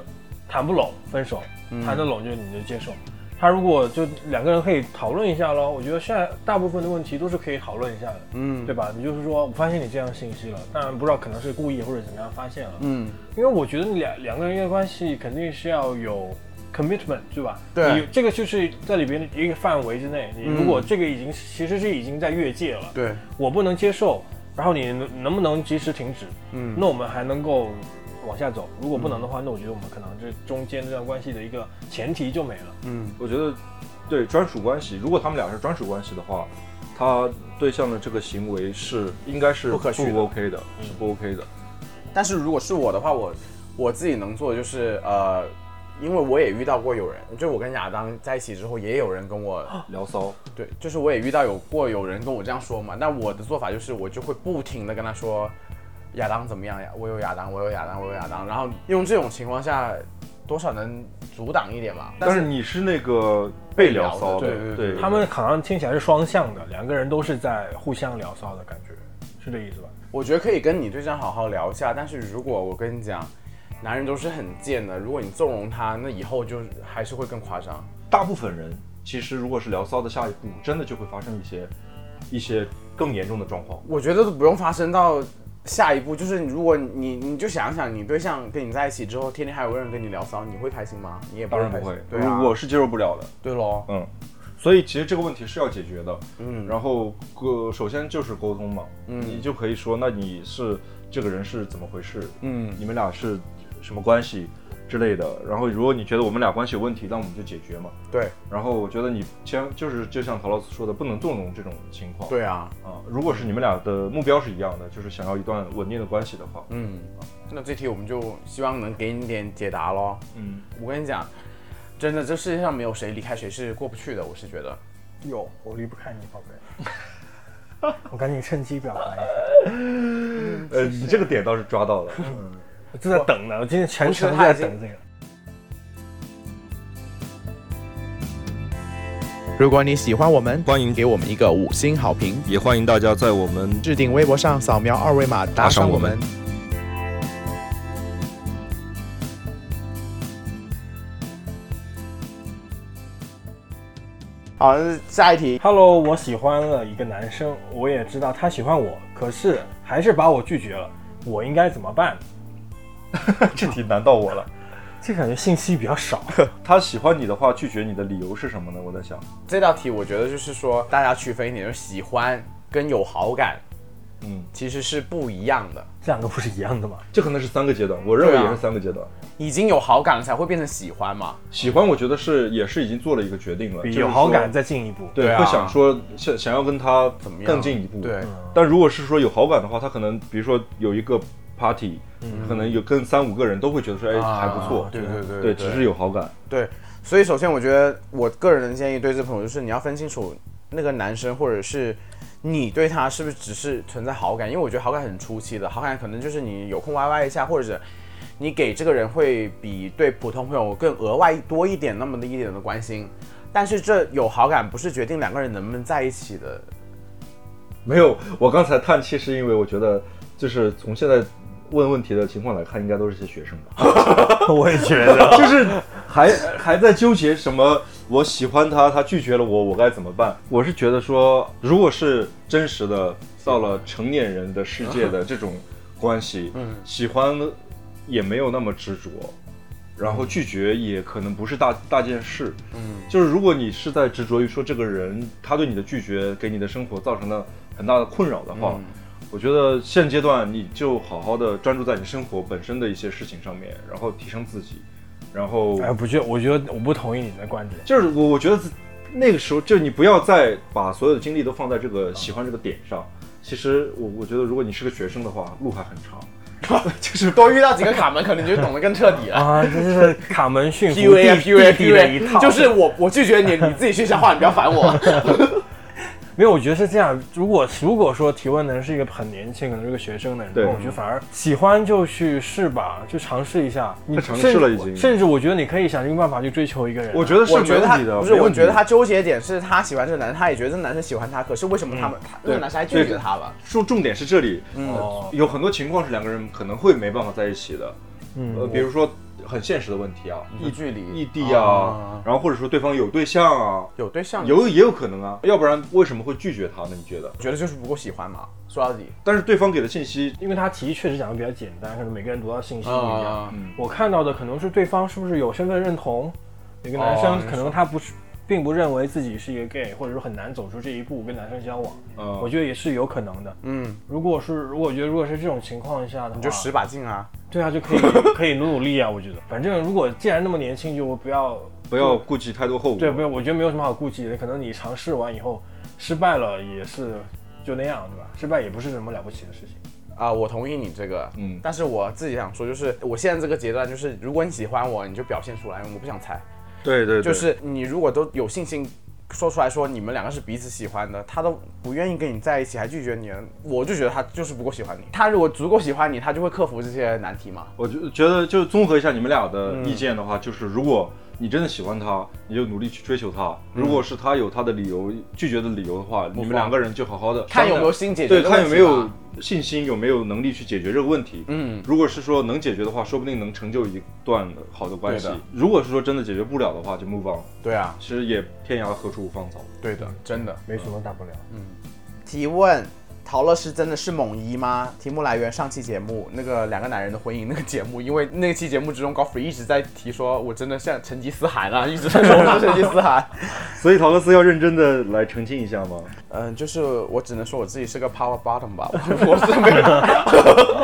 G: 谈不拢分手，谈得拢就你就接受。他如果就两个人可以讨论一下咯，我觉得现在大部分的问题都是可以讨论一下的，
D: 嗯
G: 对吧？你就是说我发现你这样的信息了，当然不知道可能是故意或者怎么样发现了，
D: 嗯，
G: 因为我觉得两两个人的关系肯定是要有 commitment，对吧？
D: 对嗯
G: 你这个就是在里边的一个范围之内。你如果这个已经、其实是已经在越界了，
D: 对，
G: 我不能接受，然后你能能不能及时停止？
D: 嗯
G: 那我们还能够往下走。如果不能的话，那我觉得我们可能这中间这段关系的一个前提就没了。
D: 嗯
F: 我觉得对专属关系，如果他们俩是专属关系的话，他对象的这个行为是应该是
D: 不可取的嗯
F: OK 的，是不 OK 的。
D: 但是如果是我的话，我我自己能做的就是呃，因为我也遇到过有人，就我跟亚当在一起之后，也有人跟我，
F: 聊骚，
D: 对，就是我也遇到有过有人跟我这样说嘛。那我的做法就是，我就会不停的跟他说，亚当怎么样呀？我有亚当，我有亚当，我有亚当。然后用这种情况下，多少能阻挡一点吧。
F: 但是你是那个被聊骚
D: 被
F: 的
D: 聊的对，
F: 对
G: 他们好像听起来是双向的，两个人都是在互相聊骚的感觉，是这意思吧？
D: 我觉得可以跟你对象好好聊一下，但是如果我跟你讲，男人都是很贱的，如果你纵容他，那以后就还是会更夸张。
F: 大部分人其实如果是聊骚的下一步，真的就会发生一些一些更严重的状况。
D: 我觉得都不用发生到下一步，就是如果你你就想想，你对象跟你在一起之后，天天还有个人跟你聊骚，你会开心吗？你也不
F: 当然不
D: 开心
F: 会，
D: 对啊，
F: 我是接受不了的。
D: 对喽，
F: 嗯，所以其实这个问题是要解决的。
D: 嗯
F: 然后呃，首先就是沟通嘛，嗯，你就可以说，那你是这个人是怎么回事？
D: 嗯
F: 你们俩是什么关系之类的。然后如果你觉得我们俩关系有问题，那我们就解决嘛。
D: 对
F: 然后我觉得你先就是就像陶老师说的，不能纵容这种情况。
D: 对啊，
F: 啊，如果是你们俩的目标是一样的，就是想要一段稳定的关系的话，
D: 嗯，那这题我们就希望能给你点解答喽。
F: 嗯，
D: 我跟你讲，真的，这世界上没有谁离开谁是过不去的，我是觉得。
G: 有，我离不开你，宝贝。 我赶紧趁机表白一下。
F: 呃，你这个点倒是抓到了。嗯
G: 我正在等呢，我今天全程都
D: 我觉得他
G: 在
D: 已经
G: 等这个。
D: 如果你喜欢我们，欢迎给我们一个五星好评。
F: 也欢迎大家在我 们
D: 置顶微博上扫描二维码打
F: 赏我们。
D: 好，那下一题。
G: Hello，我喜欢了一个男生，我也知道他喜欢我，可是还是把我拒绝了，我应该怎么办？
F: 这题难到我了。
G: 这感觉信息比较少。
F: 他喜欢你的话，拒绝你的理由是什么呢？我在想，
D: 这道题我觉得就是说，大家区分一点，就是喜欢跟有好感
F: 嗯，
D: 其实是不一样的。
G: 这两个不是一样的吗？
F: 这可能是三个阶段，我认为
D: 对啊
F: 也是三个阶段。
D: 已经有好感了才会变成喜欢嘛。
F: 喜欢，我觉得是也是已经做了一个决定了，
G: 比
F: 就是
G: 有好感
F: 说
G: 再进一步。
F: 对，
D: 对啊
F: 会想说想想要跟他
D: 怎么样
F: 更进一步。
D: 对，
F: 但如果是说有好感的话，他可能比如说有一个 party，、可能有跟三五个人都会觉得说，哎，
D: 嗯啊
F: 还不错，
D: 对对对
F: 对，
D: 对
F: 只是有好感。
D: 对，所以首先我觉得我个人的建议对这朋友就是你要分清楚那个男生或者是你对他是不是只是存在好感，因为我觉得好感很初期的，好感可能就是你有空 YY 一下，或者你给这个人会比对普通朋友更额外多一点那么的一点的关心。但是这有好感不是决定两个人能不能在一起的，
F: 没有，我刚才叹气是因为我觉得，就是从现在问问题的情况来看，应该都是些学生吧，
G: 我也觉得。
F: 就是还还在纠结什么，我喜欢他，他拒绝了我，我该怎么办？我是觉得说，如果是真实的到了成年人的世界的这种关系，嗯，喜欢也没有那么执着。然后拒绝也可能不是大大件事，嗯，就是如果你是在执着于说这个人他对你的拒绝给你的生活造成了很大的困扰的话，我觉得现阶段你就好好的专注在你生活本身的一些事情上面，然后提升自己，然后
G: 哎，不觉，我觉得我不同意你的 观点。
F: 就是我我觉得自那个时候，就你不要再把所有的精力都放在这个喜欢这个点上。其实我我觉得，如果你是个学生的话，路还很长。
D: 就是多遇到几个卡门，可能你就懂得更彻 底了。
G: 啊，这是卡门驯服
D: PUA 啊
G: 弟弟
D: PUA
G: 弟的一
D: PUA，
G: 套，
D: 就是我我拒绝你，你自己去消化，你不要烦 我。
G: 没有，我觉得是这样。如果如果说提问的人是一个很年轻，可能是个学生的人，
F: 对
G: 那我觉得反而喜欢就去试吧，就尝试一下。你
F: 他尝试了已经
G: 甚至我觉得你可以想尽办法去追求一个人啊、
F: 我觉得是
D: 我觉
F: 没
D: 得他
F: 问题的，
D: 不是，
F: 没
D: 我
F: 问题
D: 觉得他纠结点是他喜欢这个男生，他也觉得这个男生喜欢他，可是为什么他们他那个
F: 嗯对
D: 男生还
F: 对
D: 拒绝他了？
F: 重重点是这里，
D: 嗯
G: 哦
F: 呃，有很多情况是两个人可能会没办法在一起的，呃，比如说很现实的问题啊，
D: 说距离
F: 异地啊
D: 嗯啊，
F: 然后或者说对方有对象啊，
D: 有对象，
F: 有也有可能啊，要不然为什么会拒绝他呢？你觉得？
D: 觉得就是不够喜欢嘛。说到底，
F: 但是对方给的信息
G: 因为他题确实讲的比较简单，可能每个人读到信
F: 嗯
G: 息不一样。
D: 啊，
G: 我看到的可能是对方是不是有身份认同，有个男
D: 哦
G: 生可能他不是，并不认为自己是一个 gay，或者说很难走出这一步跟男生交往，
F: 嗯
G: 我觉得也是有可能的。
D: 嗯，
G: 如果是，如果我觉得如果是这种情况下的话，
D: 你就使把劲啊。
G: 对啊，就可以可以努努力啊，我觉得。反正如果既然那么年轻，就不要
F: 不要顾及太多后果。
G: 对，不要，我觉得没有什么好顾忌的。可能你尝试完以后失败了也是就那样，对吧？失败也不是什么了不起的事情。
D: 啊、我同意你这个，
F: 嗯
D: 嗯，但是我自己想说，就是我现在这个阶段，就是如果你喜欢我，你就表现出来，我不想猜。
F: 对对对，
D: 就是你如果都有信心说出来说你们两个是彼此喜欢的，他都不愿意跟你在一起，还拒绝你了，我就觉得他就是不够喜欢你。他如果足够喜欢你，他就会克服这些难题嘛。
F: 我就觉得，就综合一下你们俩
D: 嗯
F: 的意见的话，就是如果你真的喜欢他，你就努力去追求他；
D: 嗯
F: 如果是他有他的理由拒绝的理由的话，你们两个人就好好的
D: 看有没有心解决
F: 对
D: 这个
F: 看
D: 问
F: 有
D: 题
F: 没有
D: 吧
F: 信心，有没有能力去解决这个问题。
D: 嗯
F: 如果是说能解决的话，说不定能成就一段好的关系
D: 对的；
F: 如果是说真的解决不了的话，就 move on。
D: 对啊，
F: 其实也天涯何处无芳草。
D: 对的，真的。
G: 没什么大不了。
F: 嗯
D: 提问：陶乐是真的是猛一吗？题目来源上期节目那个两个男人的婚姻那个节目，因为那期节目之中高飞一直在提说，我真的像成吉思汗啊，一直在说我是成吉思汗。
F: 所以陶克斯要认真的来澄清一下吗？
D: 嗯，就是我只能说我自己是个 power bottom 吧， 我我是没有，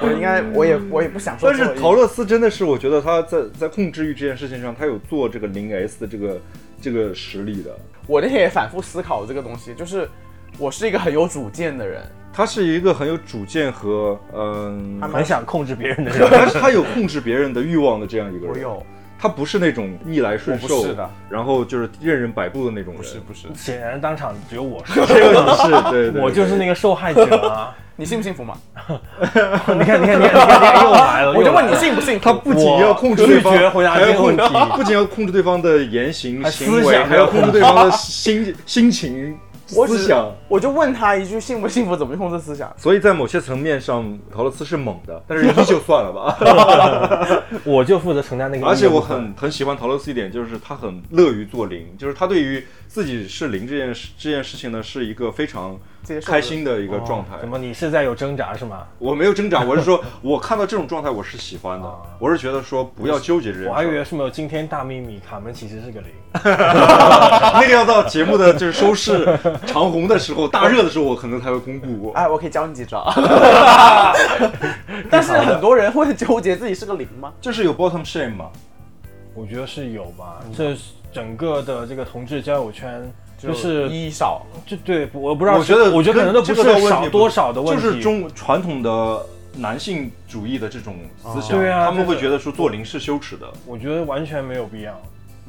D: 我应该我也我也不想说
F: 但
D: 这
F: 是
D: 个意思。
F: 陶乐斯真的是，我觉得他在在控制欲这件事情上，他有做这个零 S 的这个这个实力的。
D: 我那天也反复思考这个东西，就是我是一个很有主见的人，
F: 他是一个很有主见和嗯，
G: 很想控制别人的人，
F: 但是他有控制别人的欲望的这样一个人。
D: 我有，
F: 他不是那种逆来顺
D: 我
F: 受，
D: 不是的
F: 然后就是任人摆布的那种人。
D: 不是不是，
G: 显然当场只有我 是，
F: 这个你是对对 对，
G: 我就是那个受害者啊！
D: 你幸不幸福嘛？
G: 你看，你看，你看，你看，你看又来 了，
D: 我就
G: 又来
D: 问
G: 了
D: 你幸不幸
F: 他
D: 福？
F: 不仅要控制对方，
G: 拒绝回答
F: 还要控
G: 这个问题
F: 不仅要控制对方的言行
G: 还
F: 行
G: 思
F: 为，
G: 想啊
F: 还要控制对方的心心情
D: 我
F: 思
D: 只
F: 想。
D: 我就问他一句幸不幸福，怎么去控制思想？
F: 所以在某些层面上，陶乐斯是猛的，但是依旧算了吧。
G: 我就负责承担那个。
F: 而且我很很喜欢陶乐斯一点，就是他很乐于做零，就是他对于自己是零这件事这件事情呢，是一个非常
D: 接受的
F: 开心的一个状态。
G: 哦怎么？你是在有挣扎是吗？
F: 我没有挣扎，我是说，我看到这种状态我是喜欢的，我是觉得说不要纠结这件事。
G: 啊我还以为是没有惊天大秘密，卡门其实是个零。
F: 那个要到节目的就是收视长红的时候、大热的时候，我可能才会公布。
G: 啊
D: 哎，我可以教你几 招。但是很多人会纠结自己是个零吗？
F: 就是有 bottom shame 嘛，
G: 我觉得是有吧，这是整个的这个同志交友圈，嗯就是
D: 一少，
G: 就对，我不知道
F: 我
G: 是，
F: 觉得
G: 我觉得可能都不
F: 跟这个
G: 是
F: 问
G: 少
F: 题
G: 多少的问题，
F: 就是中传统的男性主义的这种思想，
G: 哦对啊
F: 他们
G: 这
F: 会
G: 个
F: 觉得说做零是羞耻的。
G: 我觉得完全没有必要，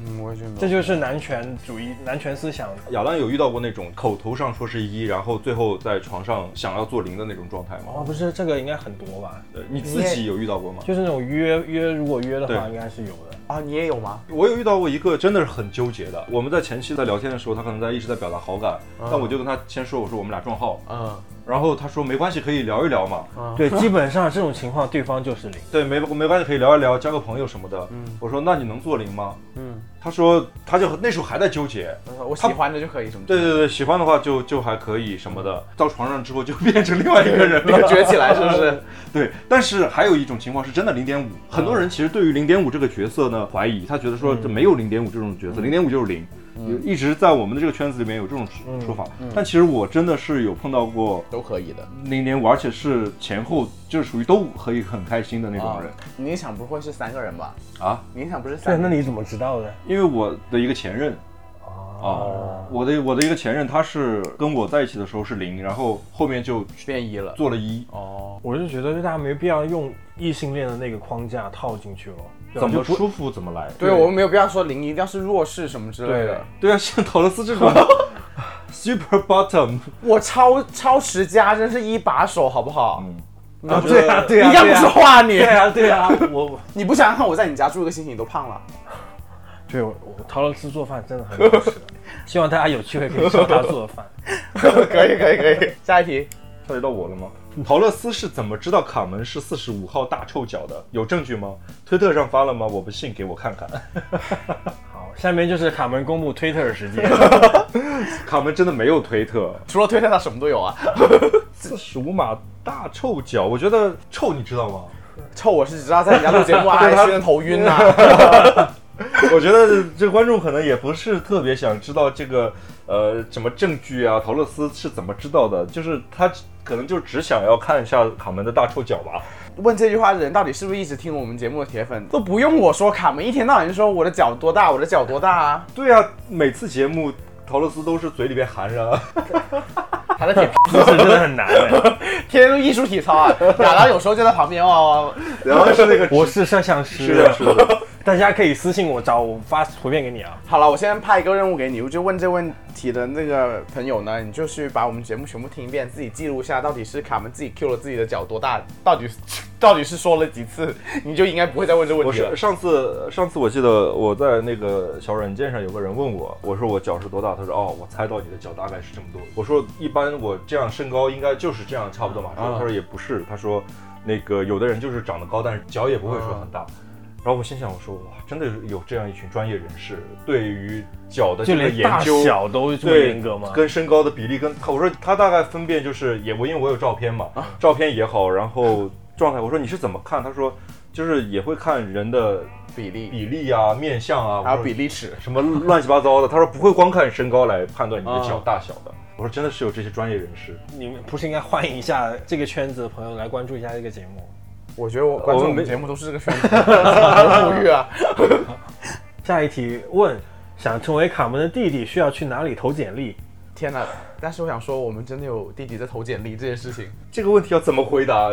D: 嗯，我也觉得没有
G: 这就是男权主义、男权思想。
F: 亚当有遇到过那种口头上说是一，然后最后在床上想要做零的那种状态吗？
G: 哦，不是，这个应该很多吧？
F: 呃你自己有遇到过吗？
G: 就是那种约约，如果约的话，
F: 对
G: 应该是有的。
D: 啊，你也有吗？
F: 我有遇到过一个真的是很纠结的。我们在前期在聊天的时候，他可能在一直在表达好感，但我就跟他先说，我说我们俩撞号，
D: 嗯，
F: 然后他说没关系，可以聊一聊嘛。
G: 对，基本上这种情况，对方就是零。
F: 对，没没关系，可以聊一聊，交个朋友什么的。我说那你能做零吗？
D: 嗯，
F: 他说他就那时候还在纠结。
D: 呃我喜欢的就可以什么？
F: 对对对，喜欢的话就就还可以什么的，到床上之后就变成另外一个人
D: 那
F: 了。
D: 个崛起来是不是？
F: 对，但是还有一种情况是真的零点五，很多人其实对于零点五这个角色呢怀疑，他觉得说这没有零点五这种角色，零点五就是零。有一直在我们的这个圈子里面有这种说说法。但其实我真的是有碰到过
D: 都可以的。
F: 零零五，而且是前后就是属于都可以很开心的那种人
D: 啊你影响不会是三个人吧？
F: 啊，
D: 你影响不是
G: 对，
D: 三个
G: 那
D: 人？
G: 你怎么知道的？
F: 因为我的一个前任。啊，我的我的一个前任，他是跟我在一起的时候是零，然后后面就
D: 变一了。
F: 做了一，
D: 哦，
G: 我就觉得就大家没必要用异性恋的那个框架套进去了。
F: 怎么
G: 就不
F: 舒服怎么来。
D: 对，我们没有必要说零一定要是弱势什么之类的。
F: 对啊，像陶乐斯这种 super bottom，
D: 我超超持家真是一把手，好不好？
F: 啊对啊对
D: 你干不说话你？
G: 对啊，对啊，我我
D: 你不想想看 我在你家住一个星期，你都胖了。
G: 对我我陶乐斯做饭真的很好吃，希望大家有机会可以吃他 做的饭。
D: 可以可以可以，下一题。
F: 跳跃到我了吗？陶乐斯是怎么知道卡门是四十五号大臭脚的？有证据吗？推特上发了吗？我不信，给我看看。
G: 好，下面就是卡门公布推特的时 间。
F: 卡门真的没有推特，
D: 除了推特，他什么都有啊。
F: 四十五码大臭脚，我觉得臭你知道吗？
D: 臭，我是只知道在人家录节目啊，熏得头晕 呐、
F: 我觉得这观众可能也不是特别想知道这个呃什么证据啊，陶乐斯是怎么知道的？就是他可能就只想要看一下卡门的大臭脚吧。
D: 问这句话的人到底是不是一直听我们节目的铁粉？都不用我说，卡门一天到晚就说我的脚多大，我的脚多大啊，
F: 对啊，每次节目陶乐斯都是嘴里边含着。
D: 他在铁
G: 姿势真的很难、欸，
D: 天天都艺术体操啊。亚当有时候就在旁边哦，
F: 然后是那个
G: 我是摄像师，
F: 的是的，
G: 大家可以私信我找我发图片给你啊。
D: 好了，我先派一个任务给你，就问这问题的那个朋友呢，你就去把我们节目全部听一遍，自己记录一下，到底是卡门自己 Q 了自己的脚多大，到底到底是说了几次，你就应该不会再问这问
F: 我
D: 题了啊
F: 是。上次上次我记得我在那个小软件上有个人问我，我说我脚是多大，他说哦，我猜到你的脚大概是这么多。我说一般我这样身高应该就是这样差不多嘛。
D: 啊
F: 他说也不是，他说那个有的人就是长得高，但是脚也不会说很
G: 啊
F: 大。然后我心想，我说哇，真的有这样一群专业人士，对于脚的
G: 就
F: 这个
G: 连
F: 研
G: 大
F: 究
G: 小都这么
F: 对，
G: 严格吗？
F: 跟身高的比例跟他，我说他大概分辨就是也我因为我有照片嘛，照片也好，然后状态，我说你是怎么看？他说就是也会看人的
D: 比例，
F: 比例啊、面相啊，
D: 还
F: 我
D: 有
F: 说
D: 比例尺，
F: 什么乱七八糟的。他说不会光看身高来判断你的
D: 啊
F: 脚大小的。我说真的是有这些专业人士，
G: 你们不是应该欢迎一下这个圈子的朋友来关注一下这个节目？
D: 我觉得我观众
F: 我
D: 我
F: 们
D: 们节目都是这个选 择，我呼吁啊。
G: 下一题问，想成为卡门的弟弟需要去哪里投简历？
D: 天呐！但是我想说，我们真的有弟弟在投简历这件事情，
F: 这个问题要怎么回答？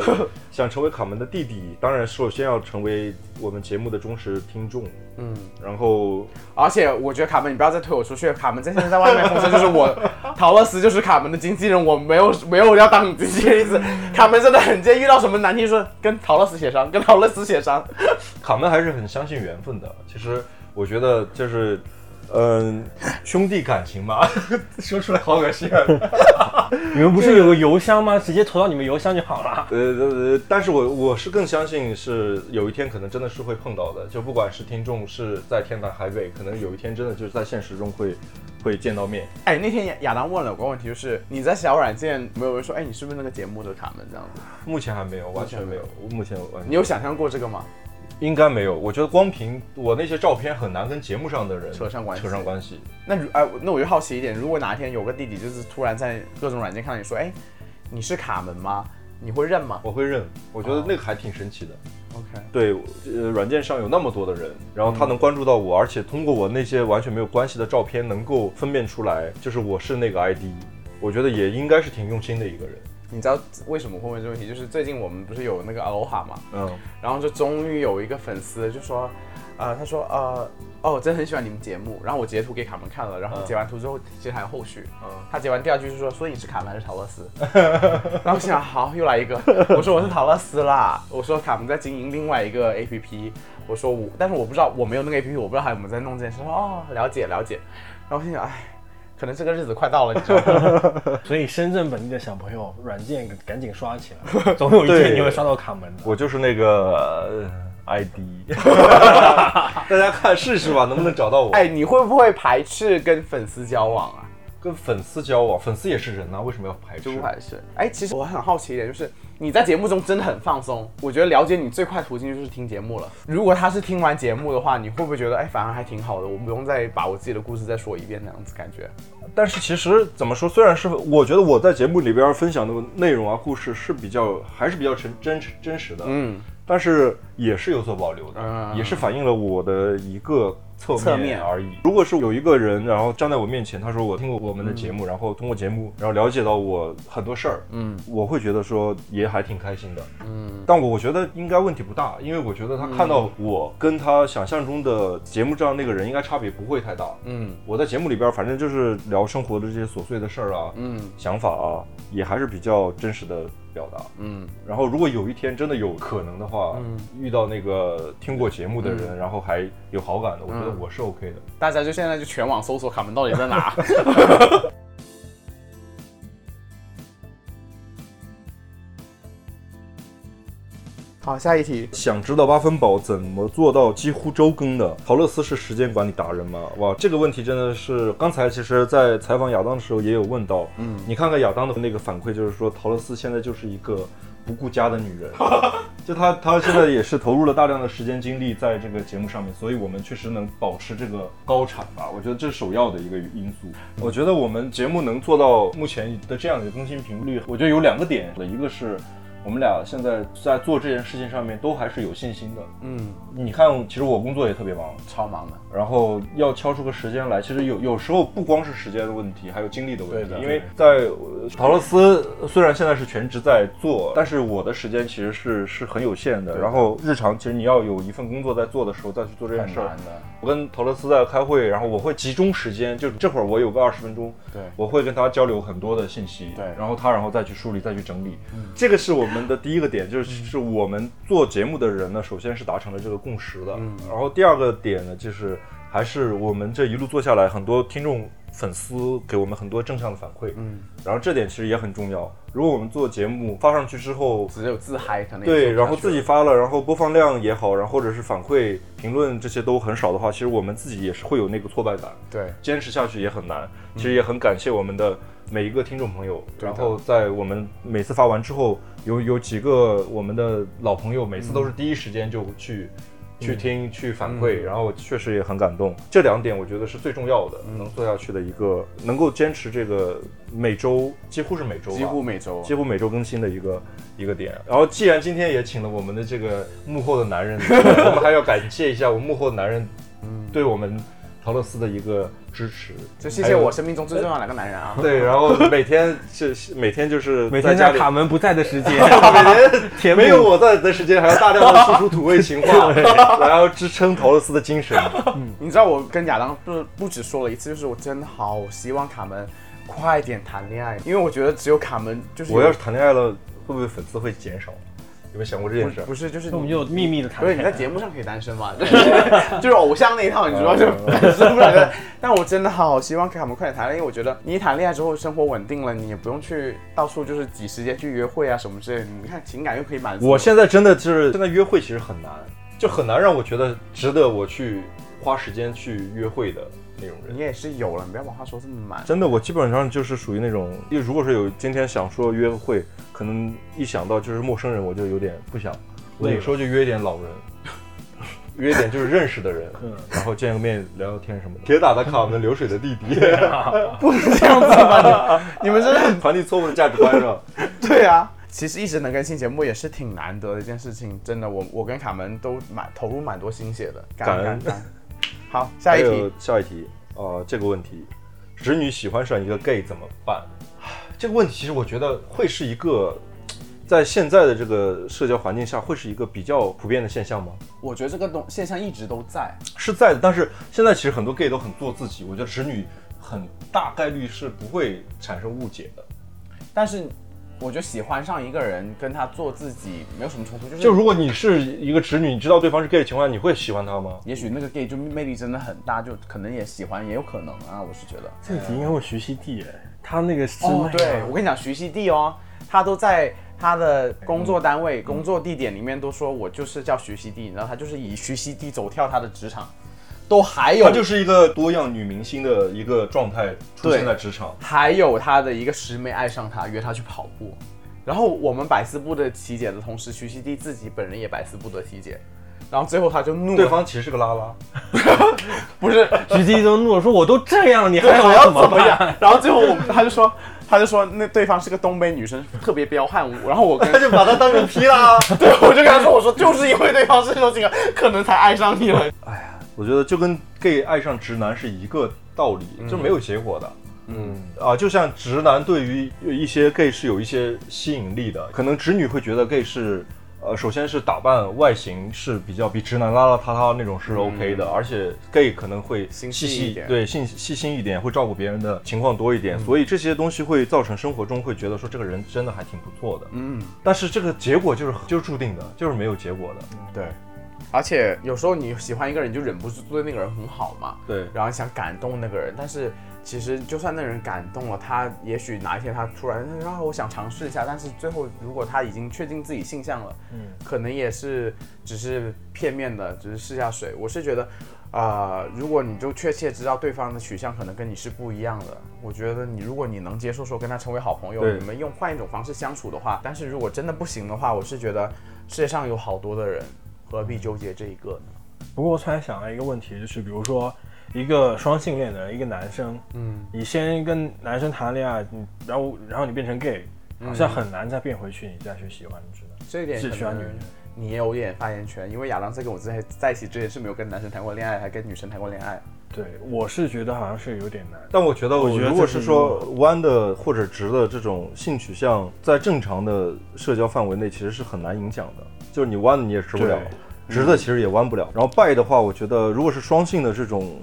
F: 想成为卡门的弟弟，当然首先要成为我们节目的忠实听众。嗯，然后
D: 而且我觉得卡门，你不要再推我出去。卡门在现在在外面风声就是我，陶乐斯就是卡门的经纪人，我没有没有要当你经纪人的意思。卡门真的很贱，遇到什么难题说跟陶乐斯协商，跟陶乐斯协商。
F: 卡门还是很相信缘分的。其实我觉得就是，嗯、兄弟感情嘛， 说出来好恶心啊。
G: 你们不是有个邮箱吗？直接投到你们邮箱就好了。
F: 呃呃，但是我我是更相信是有一天可能真的是会碰到的，就不管是听众是在天南海北，可能有一天真的就是在现实中会会见到面。
D: 哎，那天亚亚当问了我个问题，就是你在小软件有没有人说，哎，你是不是那个节目的卡门这样子？
F: 目前还没有，完全没有，目前完全
D: 你有想象过这个吗？
F: 应该没有。我觉得光凭我那些照片很难跟节目上的人
D: 扯上关系
F: 扯上关系。
D: 那如哎、那我就好奇一点，如果哪一天有个弟弟就是突然在各种软件看到你说，哎，你是卡门吗？你会认吗
F: 我会认，我觉得那个还挺神奇的。
D: ？OK。
F: 对，呃，软件上有那么多的人，然后他能关注到我，而且通过我那些完全没有关系的照片，能够分辨出来，就是我是那个 ID，我觉得也应该是挺用心的一个人。
D: 你知道为什么会问这个问题？就是最近我们不是有那个 Aloha 嘛，
F: 嗯，
D: 然后就终于有一个粉丝就说，呃，他说呃，哦，我真的很喜欢你们节目。然后我截图给卡门看了，然后截完图之后，其实还有后续。他截完第二句就说，所以你是卡门还是陶乐斯？然后我心想，好，又来一个。我说我是陶乐斯啦。我说卡门在经营另外一个 APP。我说我，但是我不知道我没有那个 APP，我不知道还有没有在弄这件事。他说哦，了解了解。然后我心想，哎，可能这个日子快到了，你知道吗？
G: 所以深圳本地的小朋友，软件赶紧刷起来， 总有一天你会刷到卡门的。
F: 我就是那个、呃 ID，大家看试试吧，能不能找到我？
D: 哎，你会不会排斥跟粉丝交往啊？
H: 跟粉丝交往，粉丝也是
F: 啊
H: 人呐、为什么要排
D: 就
H: 斥
D: 不？排斥。哎，其实我很好奇一点，就是你在节目中真的很放松。我觉得了解你最快途径就是听节目了。如果他是听完节目的话，你会不会觉得哎，反而还挺好的，我不用再把我自己的故事再说一遍那样子感觉？
F: 但是其实怎么说，虽然是我觉得我在节目里边分享的内容啊、故事是比较还是比较真真真实的，
D: 嗯，
F: 但是也是有所保留的，
D: 嗯
F: 也是反映了我的一个侧
D: 侧面
F: 面而已。如果是有一个人，然后站在我面前，他说我听过我们的节目，然后通过节目，然后了解到我很多事儿，嗯，我会觉得说也还挺开心的，嗯。但我我觉得应该问题不大，因为我觉得他看到我跟他想象中的节目上那个人应该差别不会太大，
D: 嗯
F: 我在节目里边，反正就是聊生活的这些琐碎的事儿啊，
D: 嗯
F: 想法啊，也还是比较真实的表达。
D: 嗯，
F: 然后，如果有一天真的有可能的话，遇到那个听过节目的人，然后还有好感的，我觉得我是 OK 的。
D: 大家就现在就全网搜索卡门到底在哪？ 好，下一题。
F: 想知道八分饱怎么做到几乎周更的？陶乐斯是时间管理达人吗？哇，这个问题真的是刚才其实，在采访亚当的时候也有问到。嗯，你看看亚当的那个反馈，就是说陶乐斯现在就是一个不顾家的女人， 就她她现在也是投入了大量的时间精力在这个节目上面，所以我们确实能保持这个高产吧。我觉得这是首要的一个因素。我觉得我们节目能做到目前的这样的更新频率，我觉得有两个点，一个是。我们俩现在在做这件事情上面都还是有信心的。
D: 嗯，
F: 你看，其实我工作也特别忙，
D: 超忙的。
F: 然后要敲出个时间来，其实有有时候不光是时间的问题，还有精力的问题。
G: 对的
F: 因为在呃陶乐斯虽然现在是全职在做，但是我的时间其实是是很有限的。然后日常其实你要有一份工作在做的时候再去做这件事儿
D: 很难的，
F: 我跟陶乐斯在开会，然后我会集中时间，就这会儿我有个二十分钟，
D: 对
F: 我会跟他交流很多的信息，
D: 对嗯
F: 然后他然后再去梳理再去整理。这个是我们的第一个点，就是是我们做节目的人呢，首先是达成了这个共识的。
D: 嗯
F: 然后第二个点呢，就是还是我们这一路做下来，很多听众粉丝给我们很多正向的反馈，嗯，然后这点其实也很重要。如果我们做节目发上去之后，
D: 只有自嗨，可能也
F: 对，
D: 做不
F: 然后
D: 下去
F: 自己
D: 了
F: 发了，然后播放量也好，然后或者是反馈、评论这些都很少的话，其实我们自己也是会有那个挫败感，
D: 对
F: 坚持下去也很难。其实也很感谢我们的每一个听众朋友，
D: 对
F: 然
D: 的
F: 后在我们每次发完之后，有有几个我们的老朋友，每次
D: 嗯
F: 都是第一时间就去。去听去反馈，然后确实也很感动。这两点我觉得是最重要的，
D: 嗯
F: 能做下去的一个，能够坚持这个每周几乎是每周吧，
D: 几乎每周
F: 几乎每周更新的一个一个点。然后既然今天也请了我们的这个幕后的 男人，我们还要感谢一下我们幕后的男人，
G: 嗯
F: 对我们陶乐斯的一个支持。
D: 就谢
F: 还
D: 谢
F: 有
D: 我生命中最重要的两个男人啊！
F: 对，然后每天是每天就是
G: 每
F: 在
G: 天
F: 家
G: 在
F: 里
G: 卡门不在的时间，填补
F: 没有我在的时间，还要大量的输出土味情 话，然后支撑陶乐斯的精神。
D: 你知道我跟亚当不不止说了一次，就是我真的好希望卡门快点谈恋爱，因为我觉得只有卡门就是有
F: 我要是谈恋爱了，会不会粉丝会减少？有没有想过这件事
D: 不？不是就是
G: 我们
D: 你
G: 就秘密的谈
D: 不是你
G: 恋
D: 在
G: 爱。
D: 节目上可以单身嘛， 就是就是偶像那一套，你知道就单身不了的。 但我真的好希望卡门快点谈恋爱，因为我觉得你一谈恋爱之后生活稳定了，你也不用去到处就是挤时间去约会啊什么之类的。你看情感又可以满足。
F: 我现在真的就是现在约会其实很难，就很难让我觉得值得我去花时间去约会的那种
D: 你
F: 人。
D: 也是有了，你不要把话说这么满。
F: 真的，我基本上就是属于那种，因为如果说有今天想说约个会，可能一想到就是陌生人，我就有点不想。我有时候就约一点 老人，约一点就是认识的人，然后见个面聊聊天什么的。嗯铁打的卡门，流水的弟弟，
D: 这样子吧， 你你们真的 很
F: 传递错误的价值观是吧？
D: 对啊。其实一直能更新节目也是挺难得的一件事情，真的，我我跟卡门都蛮投入蛮多心血的，感
F: 感恩
D: 感。 好，下一
F: 还有
D: 题，
F: 下一题，呃，这个问题，直女喜欢上一个 gay 怎么办？ 这个问题其实我觉得会是一个，在现在的这个社交环境下，会是一个比较普遍的现象吗？
D: 我觉得这个东现象一直都在，
F: 是在的，但是现在其实很多 gay 都很做自己，我觉得直女很大概率是不会产生误解的。
D: 但是我觉得喜欢上一个人跟他做自己没有什么冲突，就是
F: 就如果你是一个直女，你知道对方是 gay 的情况下，你会喜欢他吗？
D: 也许那个 gay 就魅力真的很大，就可能也喜欢，也有可能啊，我是 觉得。
G: 这题应该问徐熙娣哎，她那个啊师
D: 哦
G: 妹，
D: 对，我跟你讲，徐熙娣哦，她都在她的工作单
F: 嗯
D: 位、工作地点里面都说我就是叫徐熙娣，你知道，她就是以徐熙娣走跳她的职场。都还有
F: 她就是一个多样女明星的一个状态出现在职场。
D: 还有他的一个师妹爱上他，约他去跑步。然后我们百思不得其解的同时，徐熙娣自己本人也百思不得其解。然后最后他就怒
F: 对
D: 了，
F: 方其实是个拉 拉，
D: 不是
G: 徐静都怒了，说我都这样了，你
D: 对
G: 还
D: 我要
G: 要怎
D: 怎么
G: 办？
D: 样？然后最后我们他就说，他就说那对方是个东北女生，特别彪悍。然后我跟
H: 就把他当成 P 啦。
D: 对我就跟他说，我说就是因为对方是这种性格，可能才爱上你了。
F: 我觉得就跟 gay 爱上直男是一个道理，这没有结果的。嗯啊，就像直男对于一些 gay 是有一些吸引力的，可能直女会觉得 gay 是，呃，首先是打扮外形是比较比直男邋邋遢遢那种是 OK 的，而且 gay 可能会细
D: 嗯心
F: 细
D: 细一点嗯
F: 对细细心一点，会照顾别人的情况多一点，所以这些东西会造成生活中会觉得说这个人真的还挺不错的。
D: 嗯，
F: 但是这个结果就是就是注定的，就是没有结果的。
D: 对。而且有时候你喜欢一个人，你就忍不住对那个人很好嘛。
F: 对
D: 然后想感动那个人，但是其实就算那人感动了，他也许哪一天他突然啊，我想尝试一下，但是最后如果他已经确定自己性向了，嗯，可能也是只是片面的，只是试下水。我是觉得，啊，如果你就确切知道对方的取向可能跟你是不一样的，我觉得你如果你能接受说跟他成为好朋友，
F: 对
D: 你们用换一种方式相处的话，但是如果真的不行的话，我是觉得世界上有好多的人，何必纠结这一个呢？
G: 不过我突然想到一个问题，就是比如说一个双性恋的人，一个男生，
D: 嗯，
G: 你先跟男生谈恋爱，你然后然后你变成 gay，好像很难再变回去，你再去喜欢直男，
D: 这一点
G: 是
D: 可
G: 需要
D: 能
G: 女人。
D: 你也有点发言权，因为亚当在跟我在在一起之前是没有跟男生谈过恋爱，还跟女生谈过恋爱。
G: 对，我是觉得好像是有点难。
F: 但我觉得，我
G: 觉得
F: 如果
G: 这
F: 是
G: 是
F: 说弯的或者直的这种性取向，在正常的社交范围内，其实是很难影响的。就是你弯的你也直不了
G: 对，
F: 直的其实也弯不了。然后拜的话，我觉得如果是双性的这种，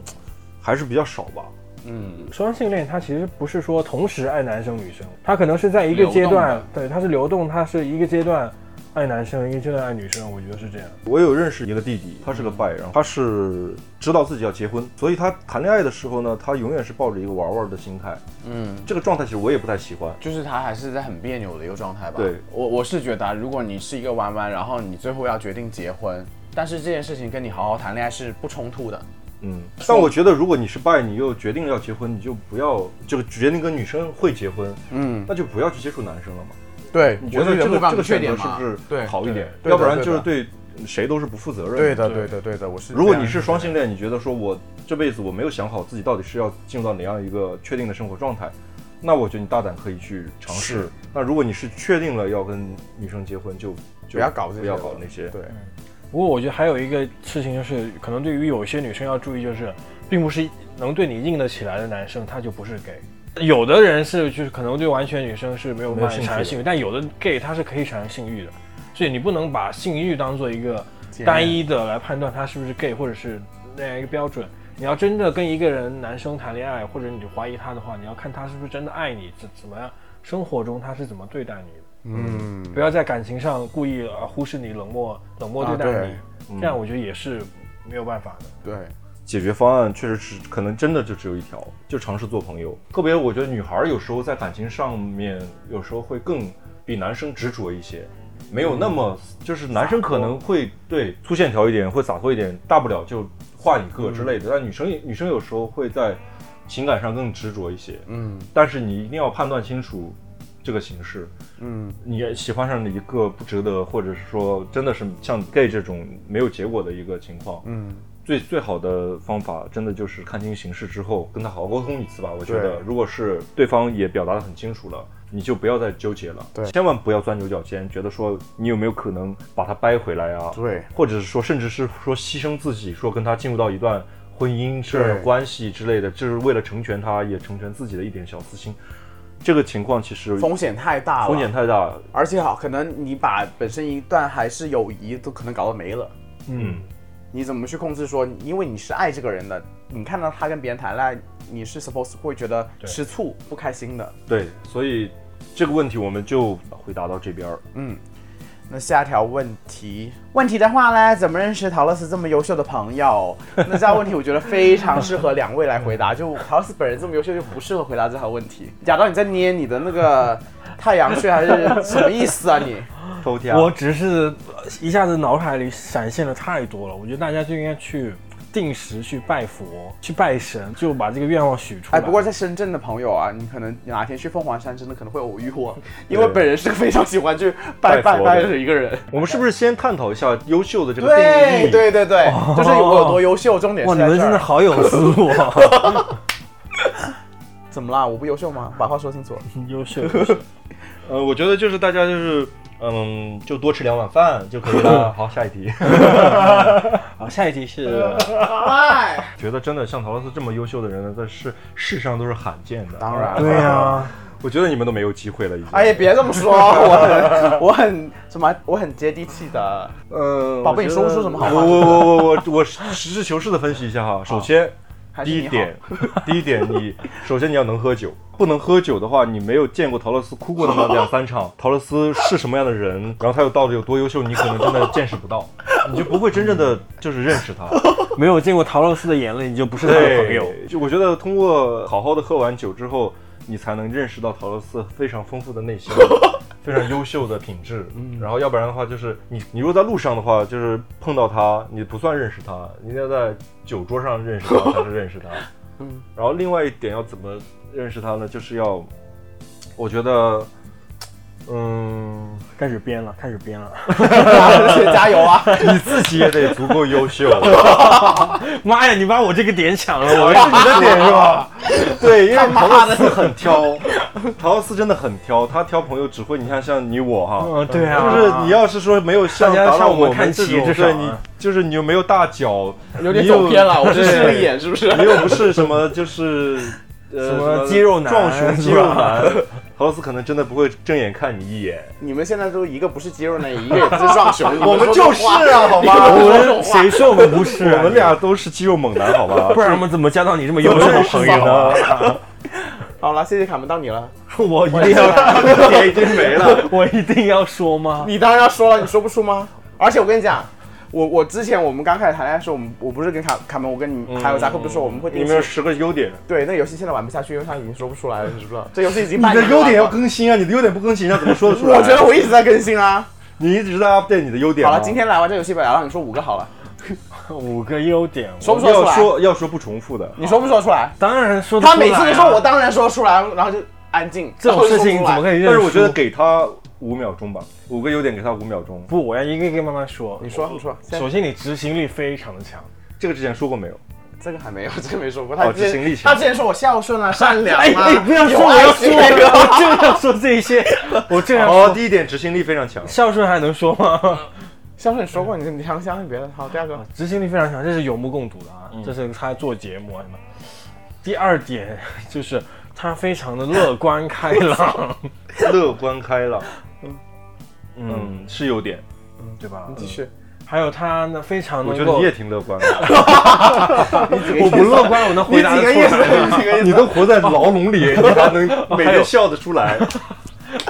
F: 还是比较少吧。
D: 嗯，
G: 双性恋它其实不是说同时爱男生女生，它可能是在一个阶
D: 流
G: 段
D: 动，
G: 对，它是流动，它是一个阶段爱男生，一个阶段爱女生，我觉得是这样。
F: 我有认识一个弟弟，他
G: 嗯
F: 是个拜，然后他是知道自己要结婚，所以他谈恋爱的时候呢，他永远是抱着一个玩玩的心态。
D: 嗯，
F: 这个状态其实我也不太喜欢。
D: 就是他还是在很别扭的一个状态吧。
F: 对，
D: 我我是觉得啊，如果你是一个弯弯，然后你最后要决定结婚，但是这件事情跟你好好谈恋爱是不冲突的。
F: 嗯，但我觉得如果你是拜，你又决定要结婚，你就不要这个决定跟女生会结婚，
D: 嗯，
F: 那就不要去接触男生了嘛。
D: 对，
F: 你觉得这
D: 我
F: 个
D: 是
F: 这个
D: 杠缺
F: 选
D: 点
F: 择是
D: 嘛
F: 不是
D: 对
F: 好一点？
D: 对
F: 要
D: 的
F: 不然
D: 对
F: 就是
D: 的
F: 对谁都是不负责任。
D: 对的，对的，对的，我是这样。
F: 如果你是双性恋，你觉得说我这辈子我没有想好自己到底是要进入到哪样一个确定的生活状态，那我觉得你大胆可以去尝试
D: 是。
F: 那如果你是确定了要跟女生结婚，就就
D: 不要搞这些
F: 不要搞那些。
D: 对，
G: 不过我觉得还有一个事情就是，可能对于有些女生要注意，就是并不是能对你硬得起来的男生，他就不是 gay。有的人是就是可能对完全女生是没有
F: 没有
G: 办法
F: 兴趣
G: 产
F: 的
G: 生性欲，但有的 gay 他是可以产生性欲的，所以你不能把性欲当做一个
D: 检验
G: 单一的来判断他是不是 gay 或者是那样一个标准。你要真的跟一个人男生谈恋爱，或者你怀疑他的话，你要看他是不是真的爱你，怎怎么样，生活中他是怎么对待你的。
D: 嗯，
G: 不要在感情上故意啊忽视你、冷漠、冷漠对
D: 啊
G: 待
D: 对
G: 你，这样我觉得也是没有办法的。
D: 对，
F: 解决方案确实是可能真的就只有一条，就尝试做朋友。特别我觉得女孩儿有时候在感情上面，有时候会更比男生执着一些，没有那么、就是男生可能会对粗线条一点，会洒脱一点，大不了就换一个之类的。但女生女生有时候会在情感上更执着一些，
D: 嗯
F: 但是你一定要判断清楚这个形式，
D: 嗯，
F: 你喜欢上了一个不值得，或者是说真的是像 gay 这种没有结果的一个情况，
D: 嗯，
F: 最最好的方法真的就是看清形势之后跟他好好沟通一次吧。我觉
D: 对
F: 得，如果是对方也表达的很清楚了，你就不要再纠结了，
D: 对
F: 千万不要钻牛角尖，觉得说你有没有可能把他掰回来啊，
D: 对
F: 或者是说甚至是说牺牲自己，说跟他进入到一段婚姻
D: 对
F: 是关系之类的，就是为了成全他，也成全自己的一点小私心。这个情况其实
D: 风险太大了，
F: 风险太大了，
D: 而且好，可能你把本身一段还是友谊都可能搞到没了，
F: 嗯。
D: 你怎么去控制说，因为你是爱这个人的，你看到他跟别人谈恋爱，你是 suppose 会觉得吃醋不开心的。
F: 对，所以这个问题我们就回答到这边儿。
D: 那下条问题，问题的话呢，怎么认识陶乐斯这么优秀的朋友？那这条问题我觉得非常适合两位来回答，就陶乐斯本人这么优秀就不适合回答这条问题。假到你在捏你的那个太阳穴还是什么意思啊你？
F: 偷天
G: 我只是呃一下子脑海里闪现了太多了，我觉得大家就应该去定时去拜佛、去拜神，就把这个愿望许出来。
D: 哎，不过在深圳的朋友啊，你可能哪天去凤凰山，真的可能会偶遇我，因为本人是个非常喜欢去
F: 拜
D: 拜拜
F: 佛的
D: 拜的一个人。
F: 我们是不是先探讨一下优秀的这个定
D: 对
F: 义？
D: 对对对，就是我有多优秀，重点
G: 哇，
D: 是
G: 你
D: 在
G: 们
D: 这
G: 真的
D: 儿。
G: 好有思路啊！
D: 怎么啦？我不优秀吗？把话说清楚。
G: 优秀，优秀
F: 呃，我觉得就是大家就是嗯，就多吃两碗饭就可以 了。好，下一题。
G: 好，下一题是
D: 哎，
F: 觉得真的像陶乐斯这么优秀的人呢，在世世上都是罕见的。
D: 当然
G: 对呀，
F: 我觉得你们都没有机会了，已经。
D: 哎呀，别这么说，我很我很什么？我很接地气的。
F: 呃，
D: 宝贝
F: 我觉
D: 你说不
F: 得
D: 出什么好
F: 我
D: 话
F: 我 我我我我实事求是的分析一下哈。首先，
D: 还是
F: 第
D: 你
F: 一 点，第一点，你首先你要能喝酒，不能喝酒的话，你没有见过陶乐斯哭过那么两三场，陶乐斯是什么样的人，然后他又到底有多优秀，你可能真的见识不到，你就不会真正的就是认识他。
G: 没有见过陶乐斯的眼泪，你就 不是他的朋友。
F: 对，就我觉得通过好好的喝完酒之后，你才能认识到陶乐斯非常丰富的内 心，非常优秀的品质。
G: 嗯
F: 然后要不然的话，就是你你如果在路上的话，就是碰到他，你不算认识他，你一定要在酒桌上认识他才是认识 他。嗯，然后另外一点要怎么认识他呢？就是要，我觉得， 嗯，
G: 开始编了，开始编了。
D: 加油啊！
F: 你自己也得足够优秀。
G: 妈呀，你把我这个 点抢了，我
F: 是你的点是吧？ 对，因为陶乐斯很 挑，陶乐斯真的很挑，他挑朋友只会你看像你我哈。
G: 嗯，对 啊，
F: 就是你要是说没有像
G: 大家
F: 达到
G: 像我们
F: 我
G: 看
F: 们这
G: 齐
F: 种，
G: 至少
F: 对
G: 啊
F: 你就是你又没有大脚，
D: 有点
F: 你又
D: 走偏了，我是
F: 对
D: 势利眼，是不是？
F: 你又不是什么 就是呃
G: 什么肌肉男
F: 壮雄肌肉
G: 是吧
F: 男， 陶乐斯可能真的不会正眼看你一眼。
D: 你们现在都一个不是肌肉男，一个也不是壮熊，
F: 我们就是啊，好 吗？
G: 我们谁说我们不是啊？
F: 我们俩都是肌肉猛男，好吧？
G: 不然我们怎么交到你这么优秀的朋友呢？
D: 好了，谢谢卡门，到你了。
G: 我一定要，
F: 脸已经没了。
G: 我一定要说吗？
D: 你当然要说了，你说不出吗？而且我跟你讲，我我之前我们刚开始谈恋爱的时候，我们我不是跟卡卡门，我跟你、还有扎克不是说我嗯们 会
F: 你
D: 定
F: 们有
D: 期
F: 十个优点，
D: 对那游戏现在玩不下去，因为他已经说不出来了，你知 不知道？这游戏已经
F: 你
D: 半
F: 的
D: 年了
F: 优点要更新啊！你的优点不更新，那怎么说得出来？
D: 我觉得我一直在更新啊。
F: 你一直在 update 你的优点
D: 好
F: 啊。
D: 了，今天来玩这游戏吧，然后你说五个好了，
G: 五个优点，
D: 说不说出
F: 要
D: 来？嗯
F: 说要说不重复的，
D: 你说不说出来？
G: 当然说得
D: 他
G: 出来
D: 每
G: 啊
D: 次都说我当然说出来，然后就安静。
G: 这种事情怎么
D: 以？
G: 可以认
F: 但
G: 输？
F: 是我觉得给他五秒钟吧，五个优点给他五秒钟。
G: 不，我要一个一个慢慢说。
D: 你说你说，现
G: 首
D: 在
G: 先你执行力非常的强。
F: 这个之前说过没有？
D: 这个还没有，这个没说过。他
F: 哦
D: 之前
F: 执行力强
D: 他之前说我孝顺啊，善良啊，
G: 哎哎，不要说，
D: 有
G: 我
D: 爱
G: 要说，
D: 心
G: 我就要说这一些，我就要
F: 哦，
G: 说。
F: 第一点执行力非常 强。
G: 孝顺还能说吗？
D: 孝顺你说过，你你相信相信别人。好，第二个，
G: 执行力非常强，这是有目共睹的啊，
D: 嗯
G: 这是他做节目啊什么。第二点就是他非常的乐观开 朗，
F: 乐观开朗，嗯，是优点。
D: 嗯
G: 对吧？嗯
D: 继续。
G: 还有他呢，非
D: 嗯
G: 常
F: 我
G: 能
F: 觉得
G: 够
F: 你也，挺乐观的，
G: 我不乐观，我能 回答得出来吗，
F: 你都活在牢笼 里，你还能每天笑得出来，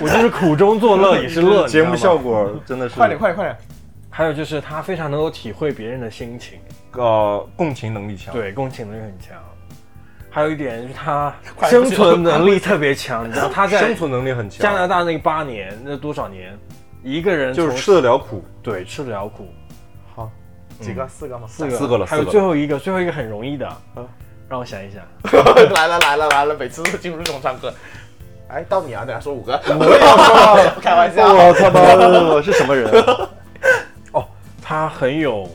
G: 我就是苦中作乐也是乐。
F: 节目效
G: 果，
F: 果真的是
D: 快点，快点，快点！
G: 还有就是他非常能够体会别人的心情，
F: 呃，共情能力强。
G: 对，共情能力很强。还有一点就是他生存能力特别强，你知道他在
F: 生存能力很
G: 加拿
F: 强，
G: 大那八年，那多少年，一个人
F: 就是
G: 从
F: 吃得了苦。
G: 对吃得了苦，
D: 好，几个？四个吗？
G: 四个
F: 四个了
G: 还有
F: 四个了
G: 最后一个，最后一个很容易的
D: 嗯，
G: 让我想一想，
D: 个。 来了，来了，来了！每次都进入这种唱歌。哎，到你啊！等下说五个。 开玩笑。
F: 我他妈，我 是什么人？啊
G: 他很有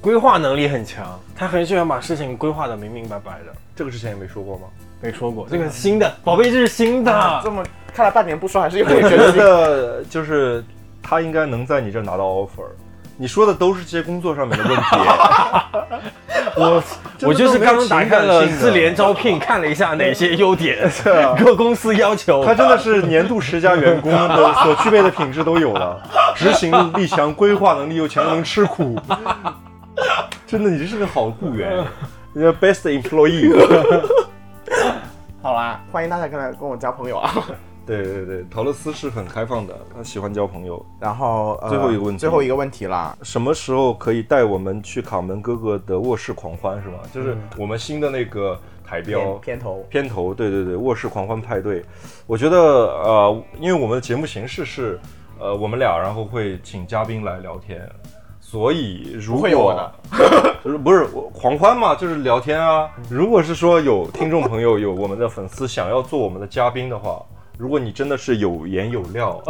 G: 规划能力很强，他很喜欢把事情规划的明明白白的。
F: 这个之前也没说过 吗？
G: 没说过，
F: 啊
G: 这个是新的，宝贝，这是新
D: 这
G: 的。
D: 么看来半年不说还是有点
F: 我
D: 觉
F: 觉
D: 得
F: 得就是他应该能在你这拿到 offer。你说的都是些工作上面的问题，
G: 我我就是刚刚打开了
F: 真的都没有情感性的
G: 智联招聘，看了一下哪些优 点，各公司要求。
F: 他真的是年度十佳员工的 所具备的品质都有了，执行力强，规划能力又强，能吃苦。真的，你这是个好雇 员，你的 best employee。
D: 好啦。欢迎大家跟来跟我交朋友啊。
F: 对对对，陶乐斯是很开放的，他喜欢交朋友。
D: 然后呃
F: 最后一个问题
D: 最后一个问题啦。
F: 什么时候可以带我们去卡门哥哥的卧室狂欢是吗？就是我们新的那个台标
D: 嗯片片头
F: 片头，对对对，卧室狂欢派对。我觉得呃，因为我们的节目形式是呃，我们俩然后会请嘉宾来聊天，所以如
D: 不
F: 果
D: 会有我的，
F: 就是 不是我狂欢嘛，就是聊天啊。如果是说有听众朋友有我们的粉丝想要做我们的嘉宾的话，如果你真的是有颜有料，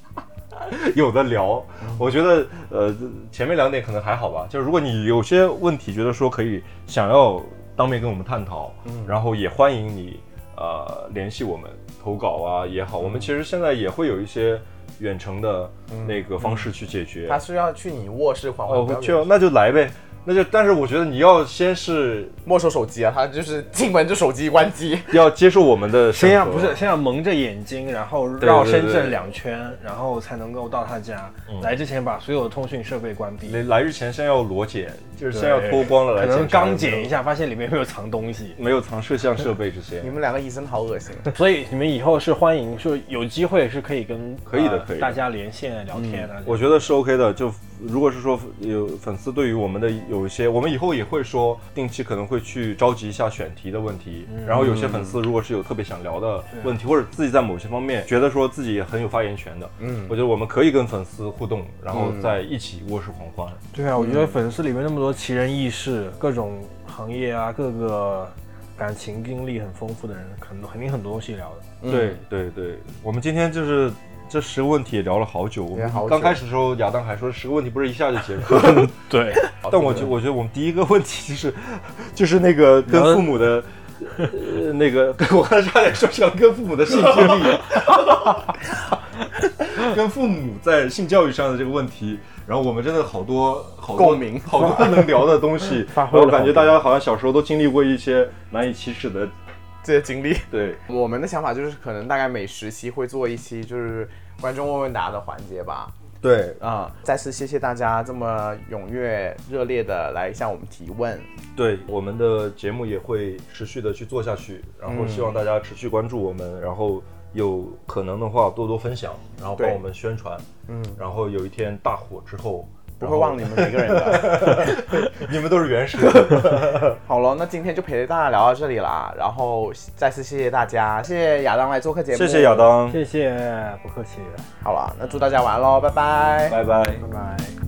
F: 有的聊，
G: 嗯
F: 我觉得呃前面两点可能还好吧。就是如果你有些问题觉得说可以想要当面跟我们探讨，
G: 嗯
F: 然后也欢迎你呃联系我们投稿啊也好，我
G: 嗯
F: 们其实现在也会有一些远程的那个方
G: 嗯
F: 式去解决。
D: 他是要去你卧室狂欢，
F: 哦
D: 不，要
F: 去哦，那就来呗。那就，但是我觉得你要先是
D: 没收手机啊，他就是进门就手机关机。
F: 要接受我们的审
G: 先要
F: 核
G: 不是先要蒙着眼睛，然后绕
F: 对对
G: 深
F: 对
G: 圳两圈，然后才能够到他家。来之前把所有的通讯设备关闭，
F: 来来日前先要裸检，就是先要
G: 对
F: 脱光了来
G: 可能
F: 检查有没
G: 刚
F: 有
G: 剪一，下，发现里面没有藏东西。
F: 没有藏摄像设备这些
D: 你。们两个医生好恶心，
G: 所以你们以后是欢迎，说有机会是可以跟
F: 可以的
G: 呃
F: 可以的
G: 大家连线聊天啊。
F: 我觉得是 OK 的。就如果是说有粉丝对于我们的有一些，我们以后也会说定期可能会去召集一下选题的问题。
D: 嗯
F: 然后有些粉丝如果是有特别想聊的问题，或者自己在某些方面觉得说自己很有发言权的，嗯，我觉得我们可以跟粉丝互动，然后再一起卧室狂欢。
G: 对啊，我觉得粉丝里面那么多奇人异事，各种行业啊，各个感情经历很丰富的人，可能肯定很多东西聊的。
D: 嗯
F: 对对对，我们今天就是这十个问题也聊了好久。我
D: 也
F: 们
D: 好久
F: 刚开始的时候，亚当还说十个问题不是一下就结束 了，
G: 对，
F: 但我觉
G: 嗯
F: 我觉得我们第一个问题就是就是那个跟父母的。呃，那个，我刚才差点说成跟父母的性经历， 跟父母在性教育上的这个问题，然后我们真的好多好多
D: 共鸣
F: 好多能聊的东西，
G: 发
F: 然
G: 挥
F: 后
G: 了
F: 感觉
G: 好多
F: 大家好像小时候都经历过一些难以启齿的，
D: 这些经历。
F: 对，
D: 我们的想法就是，可能大概每十期会做一期，就是观众问问答的环节吧。
F: 对，
D: 啊、再次谢谢大家这么踊跃、热烈的来向我们提问。
F: 对，我们的节目也会持续的去做下去，然后希望大家持续关注我们，然后有可能的话多多分享，然后帮
D: 对
F: 我们宣传，嗯，然后有一天大火之 后，
D: 不会忘你们每个人
F: 哦
D: 的。
F: 你们都是原始 人，
D: 好了，那今天就陪大家聊到这里啦。然后再次谢谢大家，谢谢亚当来做客节目，
F: 谢谢亚。当，
G: 谢谢，不客气，
D: 好了，那祝大家晚安喽，拜拜。
F: 拜拜。
G: 拜拜。